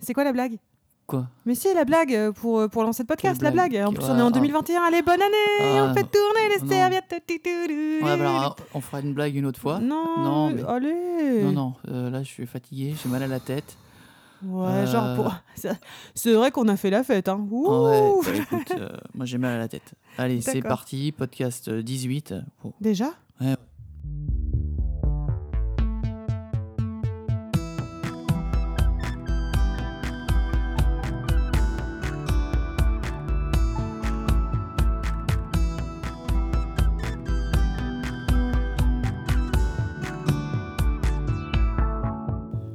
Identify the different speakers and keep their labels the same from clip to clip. Speaker 1: C'est quoi la blague
Speaker 2: Quoi
Speaker 1: Mais si, la blague euh, pour, euh, pour lancer le podcast,
Speaker 2: Quelle
Speaker 1: la blague.
Speaker 2: blague
Speaker 1: En plus,
Speaker 2: Ouais,
Speaker 1: on est en
Speaker 2: ah.
Speaker 1: 2021. Allez, bonne année
Speaker 2: Ah,
Speaker 1: On fait tourner les
Speaker 2: non.
Speaker 1: serviettes. tu, tu, tu,
Speaker 2: Ouais, bah alors, on fera une blague une autre fois.
Speaker 1: Non,
Speaker 2: Non, mais-
Speaker 1: allez
Speaker 2: Non, non, euh, là je suis fatigué, j'ai mal à la tête.
Speaker 1: Ouais,
Speaker 2: Euh,
Speaker 1: genre pour... C'est vrai qu'on a fait la fête, hein. Ouh.
Speaker 2: Ouais, bah, écoute, euh, moi j'ai mal à la tête. Allez, c'est
Speaker 1: D'accord.
Speaker 2: parti, podcast euh, 18. Oh.
Speaker 1: Déjà
Speaker 2: Ouais.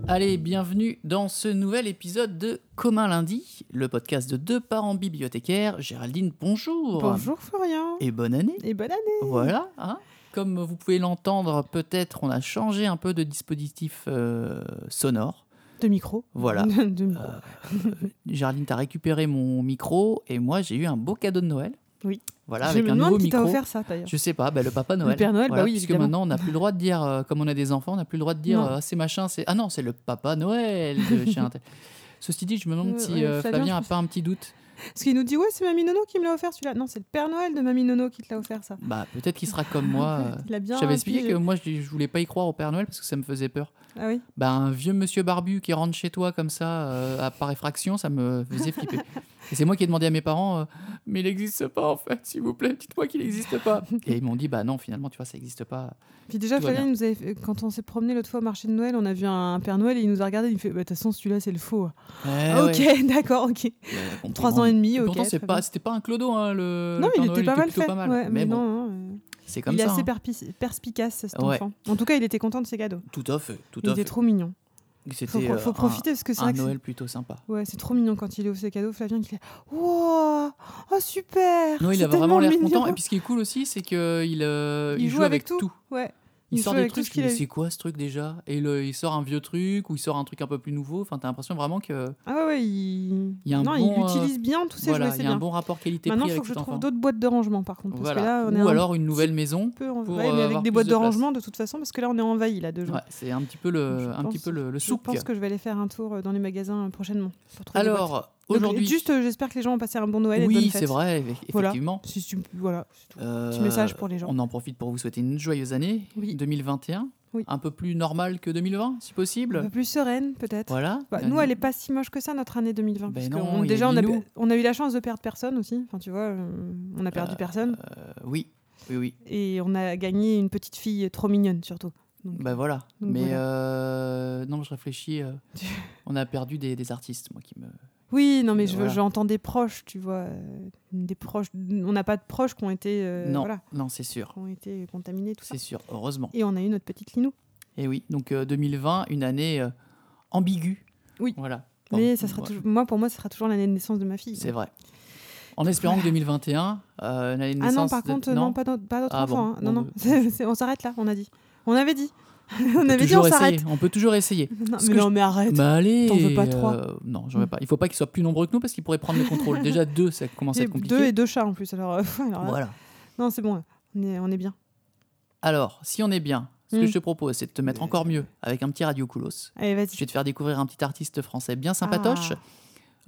Speaker 2: Allez, bienvenue dans ce nouvel épisode de Commun lundi, le podcast de deux parents bibliothécaires. Géraldine, bonjour.
Speaker 1: Bonjour Florian
Speaker 2: Et bonne année.
Speaker 1: Et bonne année
Speaker 2: Voilà, hein. comme vous pouvez l'entendre, peut-être on a changé un peu de dispositif euh, sonore.
Speaker 1: De micro.
Speaker 2: Voilà.
Speaker 1: De micro.
Speaker 2: Euh, Jarline, t'as récupéré mon micro et moi j'ai eu un beau cadeau de Noël.
Speaker 1: Oui.
Speaker 2: Voilà,
Speaker 1: Je
Speaker 2: avec
Speaker 1: me
Speaker 2: un nouveau
Speaker 1: demande qui
Speaker 2: micro.
Speaker 1: t'a offert ça, d'ailleurs.
Speaker 2: Je sais pas, bah, le Papa Noël.
Speaker 1: Père Noël, bah
Speaker 2: Voilà,
Speaker 1: oui,
Speaker 2: Puisque
Speaker 1: évidemment.
Speaker 2: maintenant on n'a plus le droit de dire, euh, comme on a des enfants, on n'a plus le droit de dire
Speaker 1: Non.
Speaker 2: euh, ah, c'est machin, c'est. Ah non, c'est le Papa Noël de chez un tel. Ceci dit, je me demande
Speaker 1: Euh,
Speaker 2: si
Speaker 1: ouais,
Speaker 2: euh,
Speaker 1: Fabien,
Speaker 2: Fabien
Speaker 1: je
Speaker 2: n'a
Speaker 1: pense-
Speaker 2: pas un petit doute.
Speaker 1: Parce qu'il nous dit, ouais, c'est Mamie Nono qui me l'a offert celui-là. Non, c'est le Père Noël de Mamie Nono qui te l'a offert ça.
Speaker 2: Bah, peut-être qu'il sera
Speaker 1: Ah,
Speaker 2: comme moi. euh,
Speaker 1: Il a bien.
Speaker 2: J'avais expliqué
Speaker 1: pigé.
Speaker 2: que moi je je voulais pas y croire au Père Noël parce que ça me faisait peur.
Speaker 1: Ah oui.
Speaker 2: Bah, un vieux monsieur barbu qui rentre chez toi comme ça, euh, à par effraction, ça me faisait flipper. Et c'est moi qui ai demandé à mes parents, euh, mais il n'existe pas en fait, s'il vous plaît, dites-moi qu'il n'existe pas. Et ils m'ont dit, bah non, finalement, tu vois, ça n'existe pas.
Speaker 1: Puis déjà,
Speaker 2: Tout va
Speaker 1: Fabien, il nous avait fait- quand on s'est promené l'autre fois au marché de Noël, on a vu un, un Père Noël et il nous a regardé. Il fait, bah, de toute façon, celui-là, c'est le faux. Ah, ok, d'accord, ok. Trois ans et demi, ok.
Speaker 2: Eh Pourtant, c'est
Speaker 1: très
Speaker 2: pas,
Speaker 1: bien.
Speaker 2: c'était pas un clodo, hein, le.
Speaker 1: Non,
Speaker 2: le
Speaker 1: mais
Speaker 2: Père
Speaker 1: il était
Speaker 2: Noël,
Speaker 1: pas mal
Speaker 2: plutôt
Speaker 1: fait.
Speaker 2: mal.
Speaker 1: Ouais,
Speaker 2: mais,
Speaker 1: mais
Speaker 2: bon,
Speaker 1: non, hein,
Speaker 2: c'est
Speaker 1: euh,
Speaker 2: comme
Speaker 1: il est
Speaker 2: ça.
Speaker 1: assez
Speaker 2: hein.
Speaker 1: perpi- perspicace, cet
Speaker 2: Ouais.
Speaker 1: enfant. En tout cas, il était content de ses cadeaux.
Speaker 2: Tout à fait, tout
Speaker 1: Il
Speaker 2: à
Speaker 1: était
Speaker 2: fait.
Speaker 1: trop mignon.
Speaker 2: C'était
Speaker 1: Faut, pro-
Speaker 2: euh,
Speaker 1: faut
Speaker 2: un-
Speaker 1: profiter parce que c'est
Speaker 2: Un
Speaker 1: vrai que c'est-
Speaker 2: Noël plutôt sympa.
Speaker 1: Ouais, c'est trop mignon quand il ouvre ses cadeaux. Flavien qui fait Wow Oh, super
Speaker 2: Non, il
Speaker 1: c'est
Speaker 2: a vraiment
Speaker 1: tellement
Speaker 2: l'air
Speaker 1: mignon.
Speaker 2: content. Et puis ce qui est cool aussi, c'est qu'il
Speaker 1: Il
Speaker 2: joue avec tout.
Speaker 1: Ouais.
Speaker 2: Il,
Speaker 1: Il
Speaker 2: sort
Speaker 1: joue
Speaker 2: des
Speaker 1: avec tout
Speaker 2: trucs,
Speaker 1: ce
Speaker 2: je me
Speaker 1: qu'il
Speaker 2: dis,
Speaker 1: a eu.
Speaker 2: c'est quoi ce truc déjà Et le- il sort un vieux truc ou il sort un truc un peu plus nouveau. Enfin, t'as l'impression vraiment que
Speaker 1: Ah ouais, ouais, il...
Speaker 2: Il y a un
Speaker 1: non,
Speaker 2: bon, euh,
Speaker 1: il utilise bien tous ses
Speaker 2: voilà,
Speaker 1: jouets,
Speaker 2: il
Speaker 1: c'est
Speaker 2: y a un
Speaker 1: bien.
Speaker 2: bon rapport qualité-prix
Speaker 1: Maintenant, il
Speaker 2: avec
Speaker 1: faut que je
Speaker 2: cet
Speaker 1: trouve
Speaker 2: enfant.
Speaker 1: d'autres boîtes de rangement, par contre. Parce
Speaker 2: Voilà.
Speaker 1: que là, on est
Speaker 2: ou
Speaker 1: un
Speaker 2: alors une nouvelle maison.
Speaker 1: peu... en-
Speaker 2: pour,
Speaker 1: ouais, mais
Speaker 2: euh,
Speaker 1: avec
Speaker 2: avoir
Speaker 1: des
Speaker 2: plus
Speaker 1: boîtes
Speaker 2: de
Speaker 1: de,
Speaker 2: place.
Speaker 1: rangement, de toute façon, parce que là, on est envahi, là, de gens.
Speaker 2: Ouais, c'est un petit peu le,
Speaker 1: Je
Speaker 2: un petit
Speaker 1: pense-
Speaker 2: peu le, le
Speaker 1: Je
Speaker 2: souk.
Speaker 1: pense que je vais aller faire un tour euh, dans les magasins euh, prochainement. pour trouver des boîtes.
Speaker 2: Alors
Speaker 1: Donc,
Speaker 2: aujourd'hui,
Speaker 1: Juste, euh, j'espère que les gens ont passé un bon Noël et de bonnes
Speaker 2: oui,
Speaker 1: fêtes.
Speaker 2: c'est vrai, eff-
Speaker 1: Voilà.
Speaker 2: effectivement.
Speaker 1: Si tu... Voilà, c'est tout. Petit
Speaker 2: Euh,
Speaker 1: message pour les gens.
Speaker 2: On en profite pour vous souhaiter une joyeuse année
Speaker 1: Oui.
Speaker 2: 2021,
Speaker 1: Oui.
Speaker 2: un peu plus normale que 2020, si
Speaker 1: Un peu
Speaker 2: possible.
Speaker 1: plus sereine, peut-être.
Speaker 2: Voilà.
Speaker 1: Bah,
Speaker 2: Euh,
Speaker 1: nous, elle est pas si moche que ça, notre année 2020.
Speaker 2: Ben
Speaker 1: parce que
Speaker 2: non,
Speaker 1: on-
Speaker 2: il y a
Speaker 1: déjà, on a,
Speaker 2: Lilou.
Speaker 1: on a eu la chance de perdre personne aussi. Enfin, tu vois, euh, on a perdu
Speaker 2: Euh,
Speaker 1: personne.
Speaker 2: euh, oui, oui, oui.
Speaker 1: Et on a gagné une petite fille trop mignonne, surtout. Donc,
Speaker 2: Bah voilà.
Speaker 1: Donc
Speaker 2: Mais
Speaker 1: voilà.
Speaker 2: euh, non, je réfléchis. euh, on a perdu des, des artistes, moi qui me.
Speaker 1: Oui, non, mais
Speaker 2: Mais
Speaker 1: je-
Speaker 2: voilà.
Speaker 1: j'entends des proches, tu vois. euh, Des proches. On n'a pas de proches qui ont été, euh,
Speaker 2: non,
Speaker 1: voilà, Ah.
Speaker 2: non, c'est sûr,
Speaker 1: qui ont été contaminés, tout ça.
Speaker 2: c'est sûr. Heureusement.
Speaker 1: Et on a eu notre petite Linou.
Speaker 2: Et oui, donc euh, 2020, une année euh, ambiguë.
Speaker 1: Oui.
Speaker 2: Voilà.
Speaker 1: mais
Speaker 2: Bon,
Speaker 1: ça sera
Speaker 2: ouais,
Speaker 1: toujours, moi, pour moi, ce sera toujours l'année de naissance de ma fille.
Speaker 2: C'est vrai. En espérant que 2021, euh, l'année de
Speaker 1: Ah
Speaker 2: naissance.
Speaker 1: non, par
Speaker 2: de-
Speaker 1: contre, non, pas d'autres pas d'autres
Speaker 2: Ah
Speaker 1: enfants.
Speaker 2: bon,
Speaker 1: hein. Non,
Speaker 2: bon,
Speaker 1: non,
Speaker 2: bah,
Speaker 1: C'est- c'est- on s'arrête là, on a dit. On avait dit. on
Speaker 2: on peut
Speaker 1: avait dit,
Speaker 2: toujours
Speaker 1: on s'arrête.
Speaker 2: essayer, On peut toujours essayer.
Speaker 1: Non,
Speaker 2: Ce
Speaker 1: mais
Speaker 2: que
Speaker 1: non, mais arrête.
Speaker 2: Bah allez.
Speaker 1: T'en veux pas
Speaker 2: euh,
Speaker 1: trois
Speaker 2: Non, j'en veux
Speaker 1: Mm.
Speaker 2: pas. Il faut pas qu'ils soient plus nombreux que nous parce qu'ils pourraient prendre le contrôle. Déjà deux, ça commence à
Speaker 1: J'ai
Speaker 2: être compliqué.
Speaker 1: deux et deux chats en plus. Alors, euh, alors là-
Speaker 2: Voilà.
Speaker 1: non, c'est bon. On est, on est bien.
Speaker 2: Alors, si on est bien, ce
Speaker 1: Mm.
Speaker 2: que je te propose, c'est de te mettre encore mieux avec un petit radio Koulos.
Speaker 1: Allez,
Speaker 2: Je
Speaker 1: vas-y.
Speaker 2: vais te faire découvrir un petit artiste français bien sympatoche.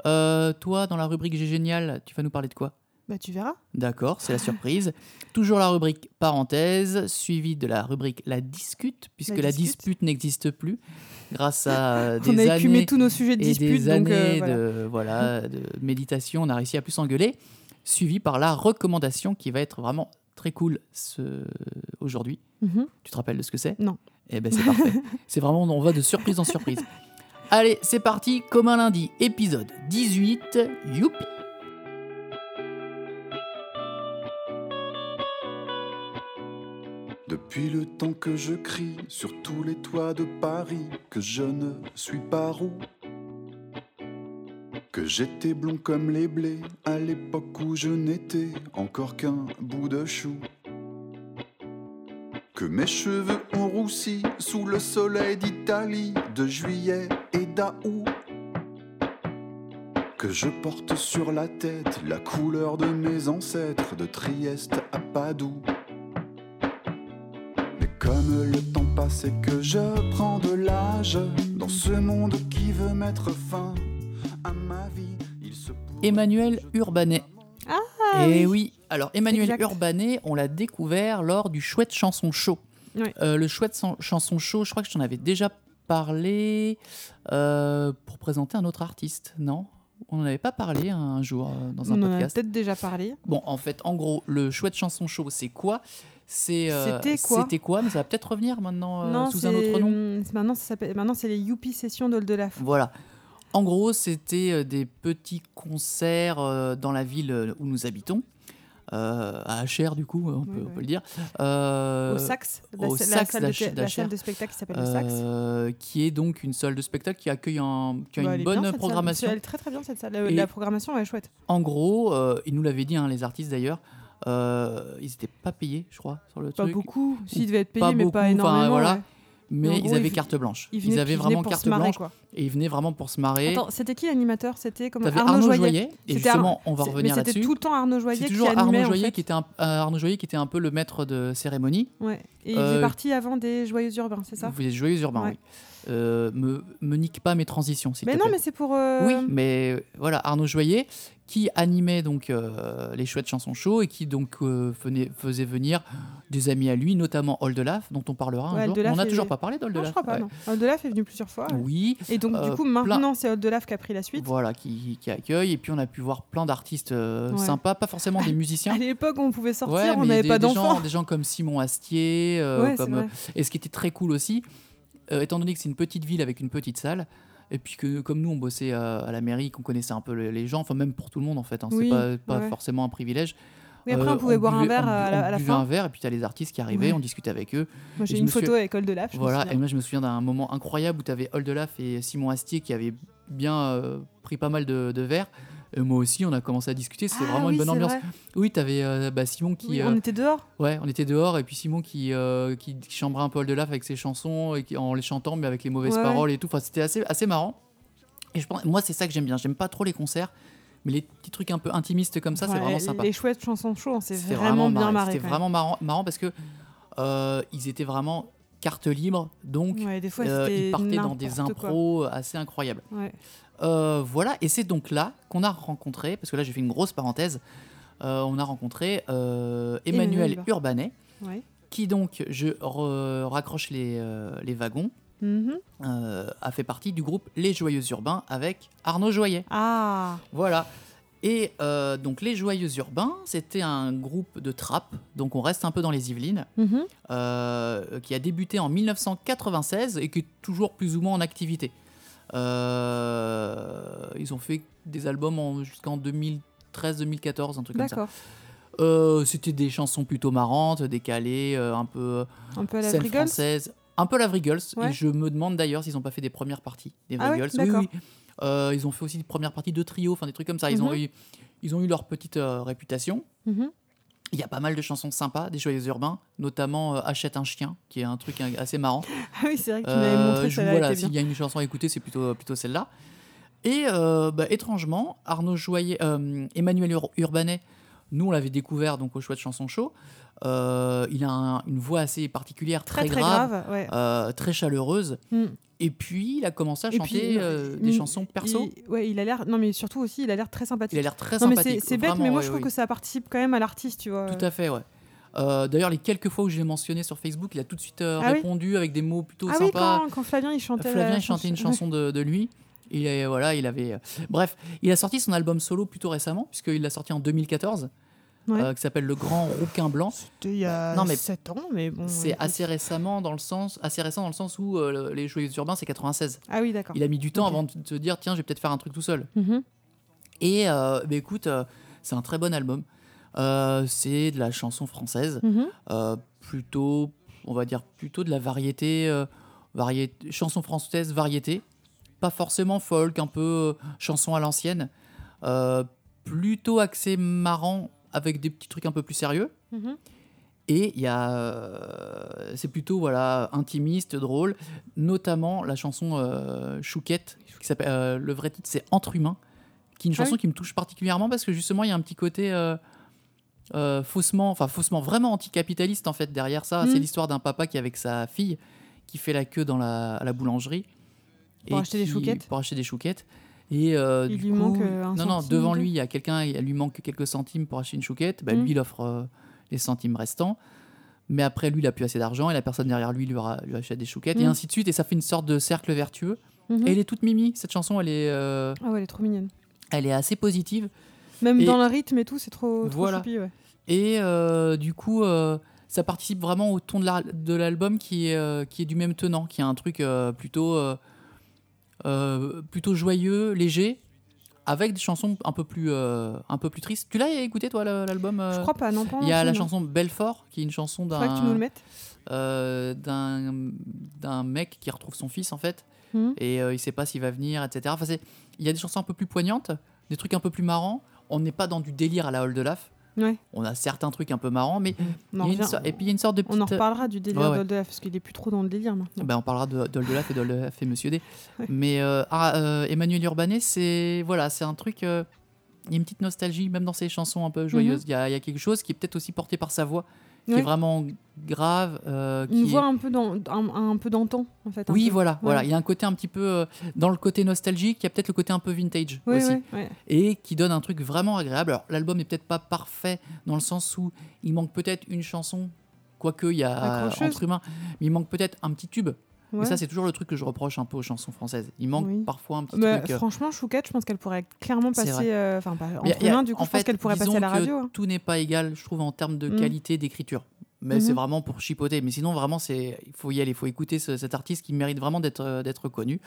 Speaker 1: Ah.
Speaker 2: Euh, toi, dans la rubrique J'ai génial, tu vas nous parler de quoi
Speaker 1: Bah, tu verras.
Speaker 2: D'accord, c'est la surprise. Toujours la rubrique parenthèse, suivie de la rubrique La discute, puisque la,
Speaker 1: La discute.
Speaker 2: dispute n'existe plus grâce à euh,
Speaker 1: on
Speaker 2: des
Speaker 1: a écumé
Speaker 2: années
Speaker 1: tous nos sujets de
Speaker 2: et
Speaker 1: dispute.
Speaker 2: des
Speaker 1: donc, euh,
Speaker 2: années
Speaker 1: voilà.
Speaker 2: de, voilà, de méditation. On a réussi à plus s'engueuler, suivie par la recommandation qui va être vraiment très cool ce... aujourd'hui.
Speaker 1: Mhm.
Speaker 2: Tu te rappelles de ce que c'est
Speaker 1: Non.
Speaker 2: Eh ben c'est parfait. c'est vraiment, on va de surprise en surprise. Allez, c'est parti, comme un lundi, épisode 18. Youpi
Speaker 3: Depuis le temps que je crie sur tous les toits de Paris que je ne suis pas roux, que j'étais blond comme les blés à l'époque où je n'étais encore qu'un bout de chou, que mes cheveux ont roussi sous le soleil d'Italie de juillet et d'août, que je porte sur la tête la couleur de mes ancêtres de Trieste à Padoue. Mais comme le temps passe et que je prends de l'âge dans ce monde qui veut mettre fin À ma vie, il se pourrait
Speaker 2: Emmanuel
Speaker 3: que je
Speaker 2: Urbanet.
Speaker 1: Ah
Speaker 2: Et
Speaker 1: oui.
Speaker 2: oui, alors Emmanuel
Speaker 1: Exact.
Speaker 2: Urbanet, on l'a découvert lors du chouette chanson show.
Speaker 1: Ouais.
Speaker 2: Euh, le chouette san- chanson show, je crois que je t'en avais déjà parlé euh, pour présenter un autre artiste, non On n'en avait pas parlé un jour euh, dans un
Speaker 1: On en a
Speaker 2: podcast.
Speaker 1: peut-être déjà parlé.
Speaker 2: Bon, en fait, en gros, le chouette chanson show, c'est quoi C'est euh,
Speaker 1: C'était quoi
Speaker 2: C'était quoi Mais ça va peut-être revenir maintenant euh, sous un
Speaker 1: c'est-
Speaker 2: autre nom.
Speaker 1: hum, c'est- Maintenant, ça s'appelle. Maintenant, c'est les Youpi Sessions d'Old Laf.
Speaker 2: Voilà. En gros, c'était euh, des petits concerts euh, dans la ville euh, où nous habitons, euh, à HR du coup, on peut,
Speaker 1: Ouais,
Speaker 2: on peut
Speaker 1: ouais.
Speaker 2: le dire, Euh,
Speaker 1: au Sax, la,
Speaker 2: au
Speaker 1: sa- la
Speaker 2: Saxe
Speaker 1: salle, de,
Speaker 2: d'Ach-
Speaker 1: thé- la salle
Speaker 2: d'Achères.
Speaker 1: de spectacle qui s'appelle le Sax.
Speaker 2: euh, qui est donc une salle de spectacle qui accueille un, qui a
Speaker 1: Bah, elle
Speaker 2: une
Speaker 1: est bien,
Speaker 2: bonne
Speaker 1: cette salle.
Speaker 2: programmation.
Speaker 1: Elle est très très bien cette salle. La,
Speaker 2: Et-
Speaker 1: la programmation elle est chouette.
Speaker 2: En gros, euh, ils nous l'avaient dit, hein, les artistes d'ailleurs, euh, ils n'étaient pas payés, je crois, sur le
Speaker 1: Pas
Speaker 2: truc.
Speaker 1: beaucoup.
Speaker 2: Ou
Speaker 1: S'il devait être payé,
Speaker 2: pas
Speaker 1: mais
Speaker 2: beaucoup,
Speaker 1: pas
Speaker 2: enfin,
Speaker 1: énormément.
Speaker 2: voilà.
Speaker 1: ouais. Mais en
Speaker 2: Mais
Speaker 1: gros,
Speaker 2: ils avaient
Speaker 1: ils-
Speaker 2: carte blanche.
Speaker 1: Il venait,
Speaker 2: ils avaient vraiment carte blanche
Speaker 1: Quoi.
Speaker 2: et ils venaient vraiment pour se marrer.
Speaker 1: Attends, c'était qui l'animateur C'était comment
Speaker 2: T'avais Arnaud Joyet, et
Speaker 1: C'était
Speaker 2: justement, on va
Speaker 1: C'est-
Speaker 2: revenir
Speaker 1: Mais c'était
Speaker 2: là-dessus.
Speaker 1: tout le temps Arnaud Joyet
Speaker 2: C'est
Speaker 1: qui
Speaker 2: toujours
Speaker 1: animait.
Speaker 2: Arnaud
Speaker 1: en
Speaker 2: Joyet,
Speaker 1: fait.
Speaker 2: qui était un, euh, Arnaud Joyet qui était un peu le maître de cérémonie.
Speaker 1: Ouais. Et il
Speaker 2: Euh,
Speaker 1: faisait partie avant des Joyeux Urbains, c'est ça
Speaker 2: Vous êtes joyeux urbain,
Speaker 1: Ouais.
Speaker 2: oui. Euh, me, me nique pas mes transitions, s'il
Speaker 1: Mais
Speaker 2: te
Speaker 1: non,
Speaker 2: plaît.
Speaker 1: mais c'est pour. euh,
Speaker 2: Oui, mais euh, voilà, Arnaud Joyet qui animait donc euh, les chouettes chansons show et qui donc euh, venait- faisait venir des amis à lui, notamment Oldelaf, dont on parlera
Speaker 1: Ouais,
Speaker 2: un jour.
Speaker 1: Oldelaf
Speaker 2: on n'a
Speaker 1: est-
Speaker 2: toujours pas parlé d'Oldelaf.
Speaker 1: Non, Ah, je crois pas.
Speaker 2: ouais.
Speaker 1: non. Old Laf est venu plusieurs fois. ouais.
Speaker 2: Oui,
Speaker 1: Et donc, du
Speaker 2: Euh,
Speaker 1: coup,
Speaker 2: plein-
Speaker 1: maintenant, c'est Old Laf qui a pris la suite.
Speaker 2: voilà, qui, qui accueille. Et puis on a pu voir plein d'artistes euh,
Speaker 1: Ouais.
Speaker 2: sympas, pas forcément des musiciens.
Speaker 1: À l'époque, on pouvait sortir,
Speaker 2: Ouais,
Speaker 1: on
Speaker 2: mais
Speaker 1: n'avait
Speaker 2: des-
Speaker 1: pas
Speaker 2: des gens-
Speaker 1: d'enfants.
Speaker 2: Des gens comme Simon Astier, euh,
Speaker 1: Ouais, c'est
Speaker 2: comme,
Speaker 1: vrai.
Speaker 2: Et ce qui était très cool aussi, euh, étant donné que c'est une petite ville avec une petite salle, et puis que comme nous on bossait euh, à la mairie, qu'on connaissait un peu le- les gens, enfin même pour tout le monde en fait, hein,
Speaker 1: Oui,
Speaker 2: c'est pas, pas
Speaker 1: ouais.
Speaker 2: forcément un privilège.
Speaker 1: Oui, après,
Speaker 2: Euh,
Speaker 1: on pouvait boire un
Speaker 2: buvait-
Speaker 1: verre
Speaker 2: on bu-
Speaker 1: à
Speaker 2: on
Speaker 1: la, à la
Speaker 2: buvait
Speaker 1: fin.
Speaker 2: un verre, et puis t'as les artistes qui arrivaient,
Speaker 1: Ouais.
Speaker 2: on discutait avec eux.
Speaker 1: Moi, j'ai
Speaker 2: je
Speaker 1: une
Speaker 2: me suis-
Speaker 1: photo avec Old Laf. je me
Speaker 2: voilà,
Speaker 1: souviens.
Speaker 2: et moi je me souviens d'un moment incroyable où t'avais Oldelaf et Simon Astier qui avaient bien euh, pris pas mal de, de verres. Et moi aussi, on a commencé à discuter, c'était
Speaker 1: Ah
Speaker 2: vraiment
Speaker 1: oui,
Speaker 2: une bonne
Speaker 1: c'est
Speaker 2: ambiance.
Speaker 1: vrai.
Speaker 2: Oui, t'avais euh, bah, Simon qui.
Speaker 1: Oui,
Speaker 2: euh,
Speaker 1: On était dehors.
Speaker 2: Ouais, on était dehors et puis Simon qui, euh, qui, qui chambrait un peu de laf avec ses chansons et qui, en les chantant mais avec les mauvaises
Speaker 1: Ouais, ouais.
Speaker 2: paroles et tout. Enfin, c'était assez, assez marrant. Et je pense, moi, c'est ça que j'aime bien. J'aime pas trop les concerts, mais les petits trucs un peu intimistes comme ça,
Speaker 1: Ouais,
Speaker 2: c'est vraiment sympa.
Speaker 1: Les chouettes chansons chaudes, on s'est
Speaker 2: C'était
Speaker 1: vraiment, bien
Speaker 2: marrant.
Speaker 1: marré.
Speaker 2: C'était
Speaker 1: quand même.
Speaker 2: vraiment marrant, marrant parce que euh, ils étaient vraiment carte libre, donc
Speaker 1: Ouais, des fois,
Speaker 2: euh,
Speaker 1: c'était
Speaker 2: ils partaient dans des
Speaker 1: n'importe quoi.
Speaker 2: impros assez incroyables.
Speaker 1: Ouais.
Speaker 2: Euh, voilà, et c'est donc là qu'on a rencontré, parce que là j'ai fait une grosse parenthèse, euh, on a rencontré euh,
Speaker 1: Emmanuel
Speaker 2: Emmanuel
Speaker 1: Bar-
Speaker 2: Urbanet,
Speaker 1: Ouais.
Speaker 2: qui donc, je re- raccroche les, euh, les wagons,
Speaker 1: Mhm.
Speaker 2: euh, a fait partie du groupe Les Joyeux Urbains avec Arnaud Joyet.
Speaker 1: Ah,
Speaker 2: Voilà. Et euh, donc Les Joyeux Urbains, c'était un groupe de trap, donc on reste un peu dans les Yvelines,
Speaker 1: Mhm.
Speaker 2: euh, qui a débuté en 1996 et qui est toujours plus ou moins en activité. Euh, ils ont fait des albums en- jusqu'en 2013-2014, un truc comme ça.
Speaker 1: d'accord.
Speaker 2: Euh, c'était des chansons plutôt marrantes, décalées, euh, un peu
Speaker 1: Un peu à la
Speaker 2: scène
Speaker 1: frigole.
Speaker 2: française, un peu la Vrigals.
Speaker 1: Ouais.
Speaker 2: Et je me demande d'ailleurs s'ils n'ont pas fait des premières parties des
Speaker 1: Ah ouais,
Speaker 2: Vrigals.
Speaker 1: d'accord.
Speaker 2: Euh, ils ont fait aussi des premières parties de trio, enfin des trucs comme ça. Ils ont
Speaker 1: Mhm.
Speaker 2: eu, ils ont eu leur petite euh, réputation.
Speaker 1: Mhm.
Speaker 2: Il y a pas mal de chansons sympas des Joyeux Urbains, notamment euh, Achète un chien, qui est un truc hein, assez marrant.
Speaker 1: Ah oui, c'est vrai que tu m'avais
Speaker 2: Euh,
Speaker 1: montré,
Speaker 2: je-
Speaker 1: ça avait
Speaker 2: voilà,
Speaker 1: été
Speaker 2: s'il
Speaker 1: bien.
Speaker 2: y a une chanson à écouter, c'est plutôt, plutôt celle-là. Et euh, bah, étrangement, Arnaud Joyet, euh, Emmanuel Ur- Urbanet, nous on l'avait découvert donc au choix de chansons chaud. Euh, il a un- une voix assez particulière,
Speaker 1: Très,
Speaker 2: très,
Speaker 1: très grave. ouais.
Speaker 2: euh, très chaleureuse.
Speaker 1: Mm.
Speaker 2: Et puis il a commencé à
Speaker 1: Et
Speaker 2: chanter
Speaker 1: puis,
Speaker 2: euh,
Speaker 1: il-
Speaker 2: des chansons perso.
Speaker 1: Il, ouais, il a l'air. Non, mais surtout aussi, il a l'air très
Speaker 2: Il
Speaker 1: sympathique.
Speaker 2: a l'air très
Speaker 1: non, mais c'est
Speaker 2: sympathique.
Speaker 1: c'est bête,
Speaker 2: vraiment,
Speaker 1: mais moi,
Speaker 2: ouais,
Speaker 1: je trouve
Speaker 2: ouais.
Speaker 1: que ça participe quand même à l'artiste, tu vois.
Speaker 2: Tout à fait, ouais. Euh, D'ailleurs, les quelques fois où je l'ai mentionné sur Facebook, il a tout de suite euh,
Speaker 1: Ah oui
Speaker 2: répondu avec des mots plutôt
Speaker 1: Ah oui,
Speaker 2: sympas.
Speaker 1: quand, quand Flavien, il chantait. la
Speaker 2: Flavien il
Speaker 1: chanson-
Speaker 2: chantait une chanson de, de lui. Il est, voilà, il avait. euh, Bref, il a sorti son album solo plutôt récemment, puisqu'il l'a sorti en 2014,
Speaker 1: Ouais. Oh,
Speaker 2: euh, qui s'appelle Le Grand Rouquin Blanc.
Speaker 1: C'était il y a
Speaker 2: Non, mais
Speaker 1: 7 ans, mais bon.
Speaker 2: C'est
Speaker 1: écoute.
Speaker 2: assez récemment dans le sens, assez récent dans le sens où euh, les Joyeux Urbains c'est 96.
Speaker 1: Ah oui, d'accord.
Speaker 2: Il a mis du temps
Speaker 1: Ok.
Speaker 2: avant de se dire tiens, je vais peut-être faire un truc tout seul.
Speaker 1: Mhm.
Speaker 2: Et euh, bah, écoute, euh, c'est un très bon album. Euh, c'est de la chanson française,
Speaker 1: Mhm.
Speaker 2: euh, plutôt, on va dire plutôt de la variété, euh, variété chanson française variété, pas forcément folk, un peu euh, chanson à l'ancienne, Euh, plutôt axé marrant avec des petits trucs un peu plus sérieux.
Speaker 1: Mhm.
Speaker 2: Et il y a, euh, c'est plutôt voilà intimiste, drôle, notamment la chanson euh, Chouquette, qui s'appelle euh, le vrai titre c'est Entre humains, qui est une
Speaker 1: Ah
Speaker 2: chanson qui me touche particulièrement parce que justement il y a un petit côté euh, euh, faussement, enfin faussement vraiment anticapitaliste en fait derrière ça.
Speaker 1: Mm.
Speaker 2: C'est l'histoire d'un papa qui est avec sa fille qui fait la queue dans la, à la boulangerie
Speaker 1: Pour acheter des
Speaker 2: qui-
Speaker 1: chouquettes.
Speaker 2: pour acheter des chouquettes Et euh,
Speaker 1: Il
Speaker 2: du
Speaker 1: lui
Speaker 2: coup,
Speaker 1: manque, euh, un
Speaker 2: non, non,
Speaker 1: centime,
Speaker 2: devant
Speaker 1: deux.
Speaker 2: lui, il y a quelqu'un, il lui manque quelques centimes pour acheter une chouquette. Bah,
Speaker 1: Mm.
Speaker 2: Lui, il offre euh, les centimes restants. Mais après, lui, il n'a plus assez d'argent et la personne derrière lui lui, ra- lui achète des chouquettes et
Speaker 1: Mm.
Speaker 2: ainsi de suite. Et ça fait une sorte de cercle vertueux.
Speaker 1: Mhm.
Speaker 2: Et elle est toute mimi, cette chanson, elle est, euh,
Speaker 1: Ah ouais, elle est trop mignonne.
Speaker 2: elle est assez positive.
Speaker 1: Même
Speaker 2: Et-
Speaker 1: dans le rythme et tout, c'est trop, trop
Speaker 2: Voilà.
Speaker 1: choupi, ouais.
Speaker 2: Et euh, du coup, euh, ça participe vraiment au ton de la- de l'album qui, est, euh, qui est du même tenant, qui est un truc euh, plutôt, euh, euh, plutôt joyeux, léger, avec des chansons un peu plus, euh, un peu plus tristes. Tu l'as écouté, toi, le- l'album euh,
Speaker 1: Je crois pas, non, pas
Speaker 2: Il y a la
Speaker 1: ensemble.
Speaker 2: chanson Belfort, qui est une chanson
Speaker 1: Faudrait que tu nous le
Speaker 2: d'un
Speaker 1: mettes.
Speaker 2: euh, d'un d'un mec qui retrouve son fils, en fait,
Speaker 1: Mhm.
Speaker 2: et euh, il sait pas s'il va venir, etc. Enfin, c'est- il y a des chansons un peu plus poignantes, des trucs un peu plus marrants. On n'est pas dans du délire à la Hold Laugh.
Speaker 1: Ouais.
Speaker 2: On a certains trucs un peu marrants, mais
Speaker 1: On
Speaker 2: il
Speaker 1: en,
Speaker 2: y a une
Speaker 1: revient-
Speaker 2: sorte- et puis il y a une sorte de
Speaker 1: on en
Speaker 2: petite.
Speaker 1: reparlera du délire
Speaker 2: Ouais, ouais.
Speaker 1: d'Old F, parce qu'il est plus trop dans le délire maintenant.
Speaker 2: Ben, on parlera de d'Oldelaf et d'Oldelaf et Monsieur D.
Speaker 1: Ouais.
Speaker 2: Mais euh, ah, euh, Emmanuel Urbanet, c'est voilà, c'est un truc. euh, il y a une petite nostalgie, même dans ses chansons un peu joyeuses. Il y a- il y, a quelque chose qui est peut-être aussi porté par sa voix, qui
Speaker 1: Mhm. Ouais.
Speaker 2: est vraiment grave. euh, qui
Speaker 1: Une
Speaker 2: est-
Speaker 1: voix un peu dans un, un peu d'antan en fait. un
Speaker 2: Oui,
Speaker 1: peu.
Speaker 2: voilà, voilà.
Speaker 1: Ouais.
Speaker 2: Il y a un côté un petit peu euh, dans le côté nostalgique, il y a peut-être le côté un peu vintage
Speaker 1: Ouais,
Speaker 2: aussi,
Speaker 1: ouais, ouais.
Speaker 2: et qui donne un truc vraiment agréable. Alors l'album n'est peut-être pas parfait dans le sens où il manque peut-être une chanson, quoique il y a
Speaker 1: Accrocheuse.
Speaker 2: entre humains, mais il manque peut-être un petit tube.
Speaker 1: Ouais.
Speaker 2: Et ça, c'est toujours le truc que je reproche un peu aux chansons françaises. Il manque
Speaker 1: Oui.
Speaker 2: parfois un petit
Speaker 1: Bah,
Speaker 2: truc. euh,
Speaker 1: franchement, Chouquette, je pense qu'elle pourrait clairement
Speaker 2: C'est
Speaker 1: passer, euh, enfin, pas
Speaker 2: mais
Speaker 1: entre
Speaker 2: il y a-
Speaker 1: humains, du coup,
Speaker 2: en
Speaker 1: je pense
Speaker 2: fait,
Speaker 1: qu'elle pourrait passer
Speaker 2: disons
Speaker 1: à la
Speaker 2: que
Speaker 1: radio. hein.
Speaker 2: Tout n'est pas égal, je trouve, en termes de
Speaker 1: Mm.
Speaker 2: qualité d'écriture. Mais
Speaker 1: Mhm.
Speaker 2: c'est vraiment pour chipoter. Mais sinon, vraiment, c'est il faut y aller, il faut écouter ce- cet artiste qui mérite vraiment d'être euh, d'être connu.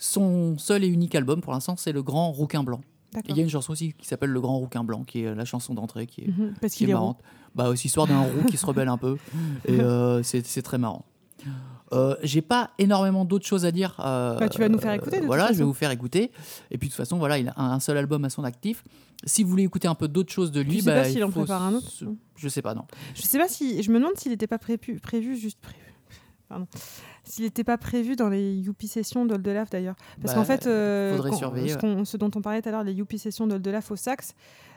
Speaker 2: Son seul et unique album pour l'instant, c'est Le Grand Rouquin Blanc. Et
Speaker 1: D'accord.
Speaker 2: il y a une chanson aussi qui s'appelle Le Grand Rouquin Blanc, qui est la chanson d'entrée, qui est,
Speaker 1: Mhm, Parce
Speaker 2: qui est
Speaker 1: qu'il est roux.
Speaker 2: marrante. Bah, c'est l'histoire d'un roux qui se rebelle un peu. Et euh, c'est c'est très marrant. Euh, J'ai pas énormément d'autres choses à dire. euh,
Speaker 1: Bah, tu vas nous faire écouter, de toute
Speaker 2: voilà, je vais
Speaker 1: façon.
Speaker 2: vous faire écouter. Et puis de toute façon, voilà, il a un un seul album à son actif. Si vous voulez écouter un peu d'autres choses de lui,
Speaker 1: sais
Speaker 2: bah,
Speaker 1: pas
Speaker 2: il
Speaker 1: s'il en
Speaker 2: faut
Speaker 1: prépare un autre,
Speaker 2: se-
Speaker 1: non
Speaker 2: Je sais pas, non.
Speaker 1: Je sais pas si, je me demande s'il n'était pas prévu, prévu juste prévu. Pardon. S'il n'était pas prévu dans les Youpi sessions d'Oldelaf d'ailleurs. Parce
Speaker 2: Bah,
Speaker 1: qu'en fait, euh,
Speaker 2: faudrait
Speaker 1: quand-
Speaker 2: surveiller,
Speaker 1: ce,
Speaker 2: ouais.
Speaker 1: qu'on- ce dont on parlait tout à l'heure, les Youpi sessions d'Oldelaf au Saxe,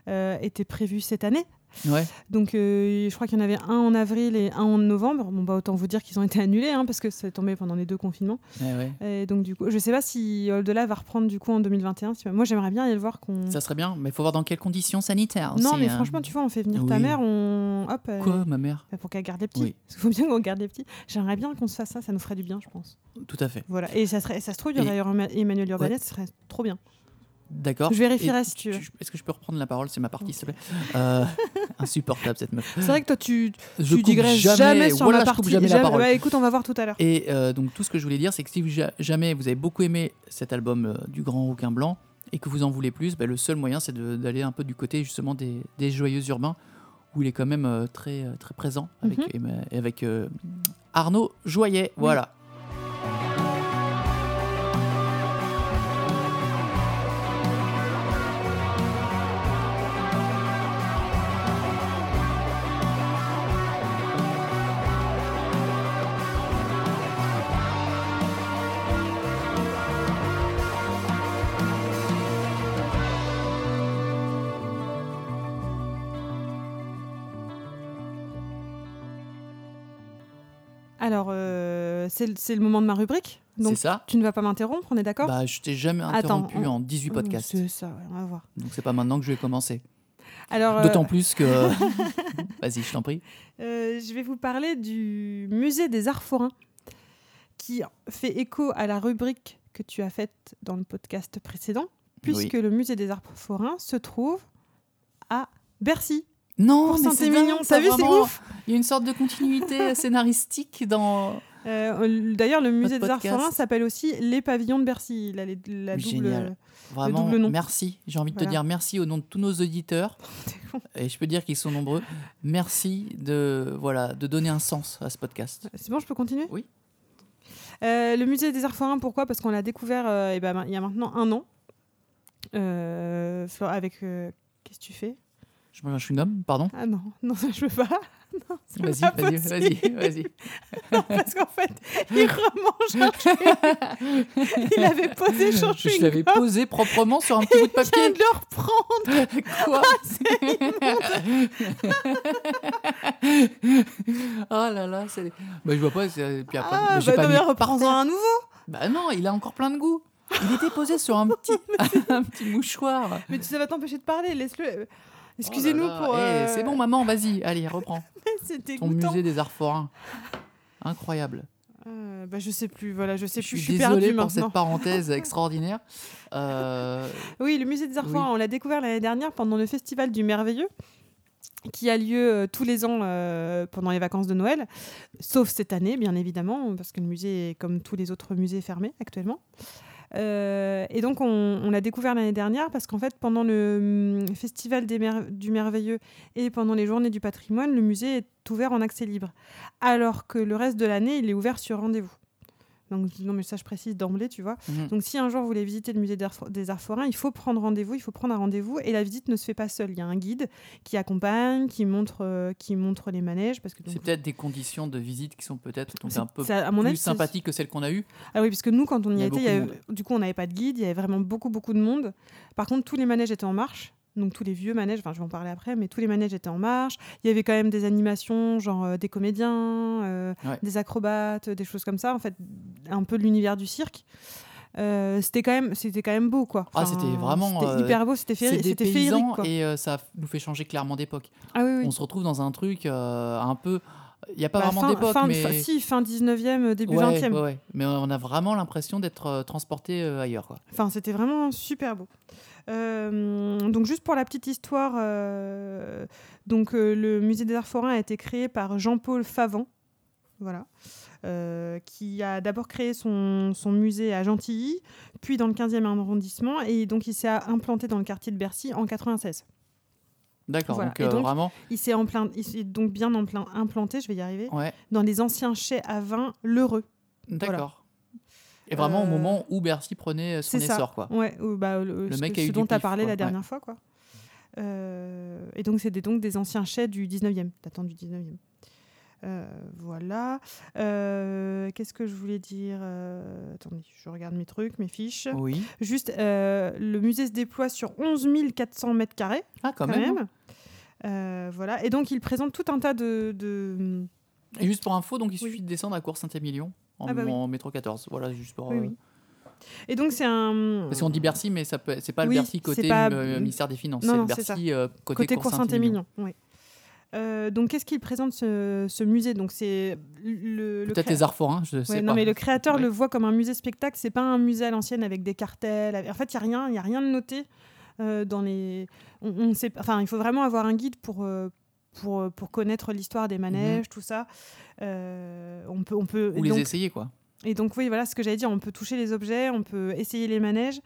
Speaker 1: euh, étaient prévues cette année.
Speaker 2: Ouais.
Speaker 1: Donc euh, je crois qu'il y en avait un en avril et un en novembre. Bon bah autant vous dire qu'ils ont été annulés hein, parce que ça tombait pendant les deux confinements.
Speaker 2: ouais, ouais.
Speaker 1: Et donc du coup, je sais pas si Oldelaf va reprendre du coup en 2021. Si- Moi j'aimerais bien aller le voir qu'on.
Speaker 2: Ça serait bien, mais faut voir dans quelles conditions sanitaires.
Speaker 1: Non
Speaker 2: C'est,
Speaker 1: mais
Speaker 2: euh,
Speaker 1: franchement tu vois on fait venir ta
Speaker 2: oui.
Speaker 1: mère, on hop. euh,
Speaker 2: Quoi, ma mère
Speaker 1: bah, pour qu'elle garde les petits.
Speaker 2: Oui.
Speaker 1: Parce qu'il faut bien qu'on garde les petits. J'aimerais bien qu'on se fasse ça, ça nous ferait du bien, je pense.
Speaker 2: Tout à fait.
Speaker 1: Voilà. Et ça, serait, ça se trouve, il y
Speaker 2: Et-
Speaker 1: aurait Emma- Emmanuel Urbanet, ce serait trop bien.
Speaker 2: D'accord.
Speaker 1: Je vérifierai
Speaker 2: Et
Speaker 1: si tu veux.
Speaker 2: Est-ce que je peux reprendre la parole C'est ma partie, s'il te plaît. Euh, insupportable, cette meuf.
Speaker 1: C'est vrai que toi, tu,
Speaker 2: Je
Speaker 1: tu
Speaker 2: coupe
Speaker 1: digresses jamais, sur
Speaker 2: voilà,
Speaker 1: la
Speaker 2: je
Speaker 1: partie.
Speaker 2: coupe jamais la
Speaker 1: Jamais-
Speaker 2: parole.
Speaker 1: Bah, écoute, on va voir tout à l'heure.
Speaker 2: Et euh, donc tout ce que je voulais dire, c'est que si ja- jamais vous avez beaucoup aimé cet album euh, du Grand Rouquin Blanc et que vous en voulez plus, bah, le seul moyen c'est de- d'aller un peu du côté justement des, des joyeux urbains où il est quand même euh, très, euh, très présent avec,
Speaker 1: Mhm.
Speaker 2: Emma- avec euh, Arnaud Joyet. Voilà.
Speaker 1: Alors, euh, c'est le- c'est le moment de ma rubrique.
Speaker 2: C'est
Speaker 1: Donc,
Speaker 2: ça.
Speaker 1: tu ne vas pas m'interrompre, on est d'accord
Speaker 2: Bah, je t'ai jamais
Speaker 1: Attends,
Speaker 2: interrompu
Speaker 1: on-
Speaker 2: en 18
Speaker 1: Hum,
Speaker 2: podcasts.
Speaker 1: C'est ça, ouais, on va voir.
Speaker 2: Donc c'est pas maintenant que je vais commencer.
Speaker 1: Alors, euh,
Speaker 2: D'autant plus que... Vas-y, je t'en prie.
Speaker 1: euh, je vais vous parler du musée des arts forains qui fait écho à la rubrique que tu as faite dans le podcast précédent, puisque le musée des arts forains se trouve à Bercy.
Speaker 2: Non,
Speaker 1: Pour
Speaker 2: Oh, mais c'est
Speaker 1: Saint-Émilion,
Speaker 2: dingue,
Speaker 1: t'as vu, c'est
Speaker 2: vraiment-
Speaker 1: ouf
Speaker 2: Il y a une sorte de continuité scénaristique dans...
Speaker 1: Euh, D'ailleurs, le musée des
Speaker 2: Notre
Speaker 1: arts
Speaker 2: podcast.
Speaker 1: forains s'appelle aussi les pavillons de Bercy. Il a les- la double.
Speaker 2: Génial. Vraiment,
Speaker 1: double nom.
Speaker 2: merci. J'ai envie de te
Speaker 1: Voilà.
Speaker 2: dire merci au nom de tous nos auditeurs.
Speaker 1: T'es con.
Speaker 2: Et je peux dire qu'ils sont nombreux. Merci de, voilà, de donner un sens à ce podcast.
Speaker 1: C'est bon, je peux continuer
Speaker 2: Oui.
Speaker 1: Euh, le musée des arts forains, pourquoi Parce qu'on l'a découvert euh, eh ben, ma- il y a maintenant un an. Euh, Flo- avec. euh, Qu'est-ce que tu fais
Speaker 2: Je mange un chewing-gum, pardon
Speaker 1: Ah non, non, ça je peux pas. Non, c'est
Speaker 2: Vas-y,
Speaker 1: pas
Speaker 2: vas-y,
Speaker 1: possible.
Speaker 2: vas-y, vas-y.
Speaker 1: Non, parce qu'en fait, il remange un chewing-gum. Il avait posé son chewing-gum.
Speaker 2: Je l'avais posé proprement sur un petit bout de
Speaker 1: Il vient de
Speaker 2: papier.
Speaker 1: le reprendre.
Speaker 2: Quoi Oh là là, c'est... Bah, je vois pas, c'est- puis après,
Speaker 1: Ah,
Speaker 2: bah, j'ai
Speaker 1: bah,
Speaker 2: pas
Speaker 1: non,
Speaker 2: mis
Speaker 1: mais
Speaker 2: par
Speaker 1: reprends-en
Speaker 2: terre.
Speaker 1: un nouveau.
Speaker 2: Bah non, il a encore plein de goût. Il était posé sur un petit, un petit mouchoir.
Speaker 1: Mais tu ça va t'empêcher de parler, laisse-le.
Speaker 2: Oh là
Speaker 1: Excusez-nous
Speaker 2: là.
Speaker 1: pour.
Speaker 2: Eh,
Speaker 1: euh,
Speaker 2: C'est bon, maman, vas-y, allez, reprends.
Speaker 1: c'est
Speaker 2: Ton
Speaker 1: dégoûtant.
Speaker 2: musée des arts forains. Incroyable.
Speaker 1: Euh, bah, je sais plus, voilà, je sais
Speaker 2: je
Speaker 1: plus, je
Speaker 2: suis,
Speaker 1: suis
Speaker 2: désolé
Speaker 1: perdue
Speaker 2: pour
Speaker 1: maintenant.
Speaker 2: cette parenthèse extraordinaire. Euh,
Speaker 1: Oui, le musée des arts
Speaker 2: Oui.
Speaker 1: forains, on l'a découvert l'année dernière pendant le Festival du Merveilleux, qui a lieu euh, tous les ans euh, pendant les vacances de Noël, sauf cette année, bien évidemment, parce que le musée est comme tous les autres musées fermé actuellement. Euh, et donc, on, on l'a découvert l'année dernière parce qu'en fait, pendant le hum, Festival des Mer- du Merveilleux et pendant les Journées du Patrimoine, le musée est ouvert en accès libre, alors que le reste de l'année, il est ouvert sur rendez-vous. Donc, non, mais ça, je précise d'emblée, tu vois.
Speaker 2: mhm.
Speaker 1: Donc si un jour vous voulez visiter le musée des arts fo- des arts forains, il faut prendre rendez-vous, il faut prendre un rendez-vous et la visite ne se fait pas seule. Il y a un guide qui accompagne, qui montre, euh, qui montre les manèges parce que donc,
Speaker 2: C'est peut-être des conditions de visite qui sont peut-être donc,
Speaker 1: c'est-
Speaker 2: un peu
Speaker 1: ça, à mon
Speaker 2: plus
Speaker 1: avis, c'est-
Speaker 2: sympathiques que celles qu'on a eues.
Speaker 1: Ah oui, parce que nous quand on y,
Speaker 2: Il y a
Speaker 1: était,
Speaker 2: beaucoup
Speaker 1: il y
Speaker 2: de
Speaker 1: avait- du coup on n'avait pas de guide, il y avait vraiment beaucoup beaucoup de monde. Par contre tous les manèges étaient en marche. Donc tous les vieux manèges, enfin je vais en parler après, mais tous les manèges étaient en marche. Il y avait quand même des animations, genre euh, des comédiens, euh,
Speaker 2: Ouais.
Speaker 1: des acrobates, euh, des choses comme ça. En fait, un peu de l'univers du cirque. Euh, c'était quand même, c'était quand même beau quoi.
Speaker 2: Ah, c'était vraiment,
Speaker 1: c'était
Speaker 2: euh,
Speaker 1: hyper beau, c'était féeri-
Speaker 2: C'est des
Speaker 1: c'était féerique
Speaker 2: paysans
Speaker 1: quoi.
Speaker 2: et euh, ça nous fait changer clairement d'époque.
Speaker 1: Ah oui, oui.
Speaker 2: On se retrouve dans un truc euh, un peu. Il n'y a pas
Speaker 1: Bah,
Speaker 2: vraiment
Speaker 1: fin-
Speaker 2: d'époque,
Speaker 1: fin-
Speaker 2: mais.
Speaker 1: fin- si, fin 19e, euh, début
Speaker 2: Ouais,
Speaker 1: 20e.
Speaker 2: ouais, ouais. Mais on a vraiment l'impression d'être euh, transporté euh, ailleurs. Quoi.
Speaker 1: Enfin, c'était vraiment super beau. Euh, donc, juste pour la petite histoire, euh, donc, euh, le musée des arts forains a été créé par Jean-Paul Favant, voilà, euh, qui a d'abord créé son, son musée à Gentilly, puis dans le 15e arrondissement, et donc il s'est implanté dans le quartier de Bercy en 96.
Speaker 2: D'accord,
Speaker 1: Voilà.
Speaker 2: donc,
Speaker 1: Et
Speaker 2: euh,
Speaker 1: donc-
Speaker 2: vraiment.
Speaker 1: Il s'est en plein- il s'est donc bien en plein implanté, je vais y arriver,
Speaker 2: Ouais,
Speaker 1: dans les anciens chais à vin L'Heureux.
Speaker 2: d'accord. Et vraiment au
Speaker 1: Euh,
Speaker 2: moment où Bercy prenait euh, son
Speaker 1: c'est ça.
Speaker 2: essor. Quoi.
Speaker 1: Ouais, ou bah, le,
Speaker 2: Le
Speaker 1: ce,
Speaker 2: mec
Speaker 1: que-
Speaker 2: a eu
Speaker 1: ce
Speaker 2: du
Speaker 1: dont tu as
Speaker 2: pif,
Speaker 1: parlé
Speaker 2: quoi.
Speaker 1: la
Speaker 2: Ouais.
Speaker 1: dernière fois. quoi. Euh, et donc, c'est des, donc des anciens chais du 19e, datant du 19e. Euh, voilà. Euh, Qu'est-ce que je voulais dire Euh, Attendez, je regarde mes trucs, mes fiches.
Speaker 2: Oui.
Speaker 1: Juste, euh, le musée se déploie sur 11 400 mètres carrés,
Speaker 2: Ah, quand,
Speaker 1: quand
Speaker 2: même.
Speaker 1: même. Euh, voilà. Et donc, il présente tout un tas de. de...
Speaker 2: Et juste pour info, donc il
Speaker 1: Oui.
Speaker 2: suffit de descendre à Cour Saint-Émilion en,
Speaker 1: Ah bah oui.
Speaker 2: en métro 14. Voilà, juste pour.
Speaker 1: Oui,
Speaker 2: euh,
Speaker 1: oui. Et donc, c'est un.
Speaker 2: Parce qu'on dit Bercy, mais ça peut... c'est pas le
Speaker 1: Oui,
Speaker 2: Bercy
Speaker 1: c'est
Speaker 2: côté
Speaker 1: pas-
Speaker 2: euh, ministère des Finances,
Speaker 1: Non,
Speaker 2: c'est le
Speaker 1: non, c'est ça.
Speaker 2: Bercy euh, côté,
Speaker 1: Côté
Speaker 2: Cour
Speaker 1: Cour
Speaker 2: Saint-Émilion.
Speaker 1: Saint-Émilion. ouais. Euh, donc, qu'est-ce qu'il présente ce, ce musée Donc, c'est le, le
Speaker 2: Peut-être
Speaker 1: cré-
Speaker 2: les arts forains, je
Speaker 1: Ouais,
Speaker 2: sais
Speaker 1: non,
Speaker 2: pas.
Speaker 1: mais le créateur
Speaker 2: Ouais.
Speaker 1: le voit comme un musée spectacle. C'est pas un musée à l'ancienne avec des cartels. avec- En fait, il y a rien, il y a rien de noté euh, dans les. On, on sait, enfin, il faut vraiment avoir un guide pour. euh, pour, pour connaître l'histoire des manèges, tout ça, Euh, on peut... On peut
Speaker 2: Mhm. Ou
Speaker 1: et
Speaker 2: les
Speaker 1: donc-
Speaker 2: essayer, quoi.
Speaker 1: et donc, oui, voilà ce que j'allais dire. On peut toucher les objets, on peut essayer les manèges.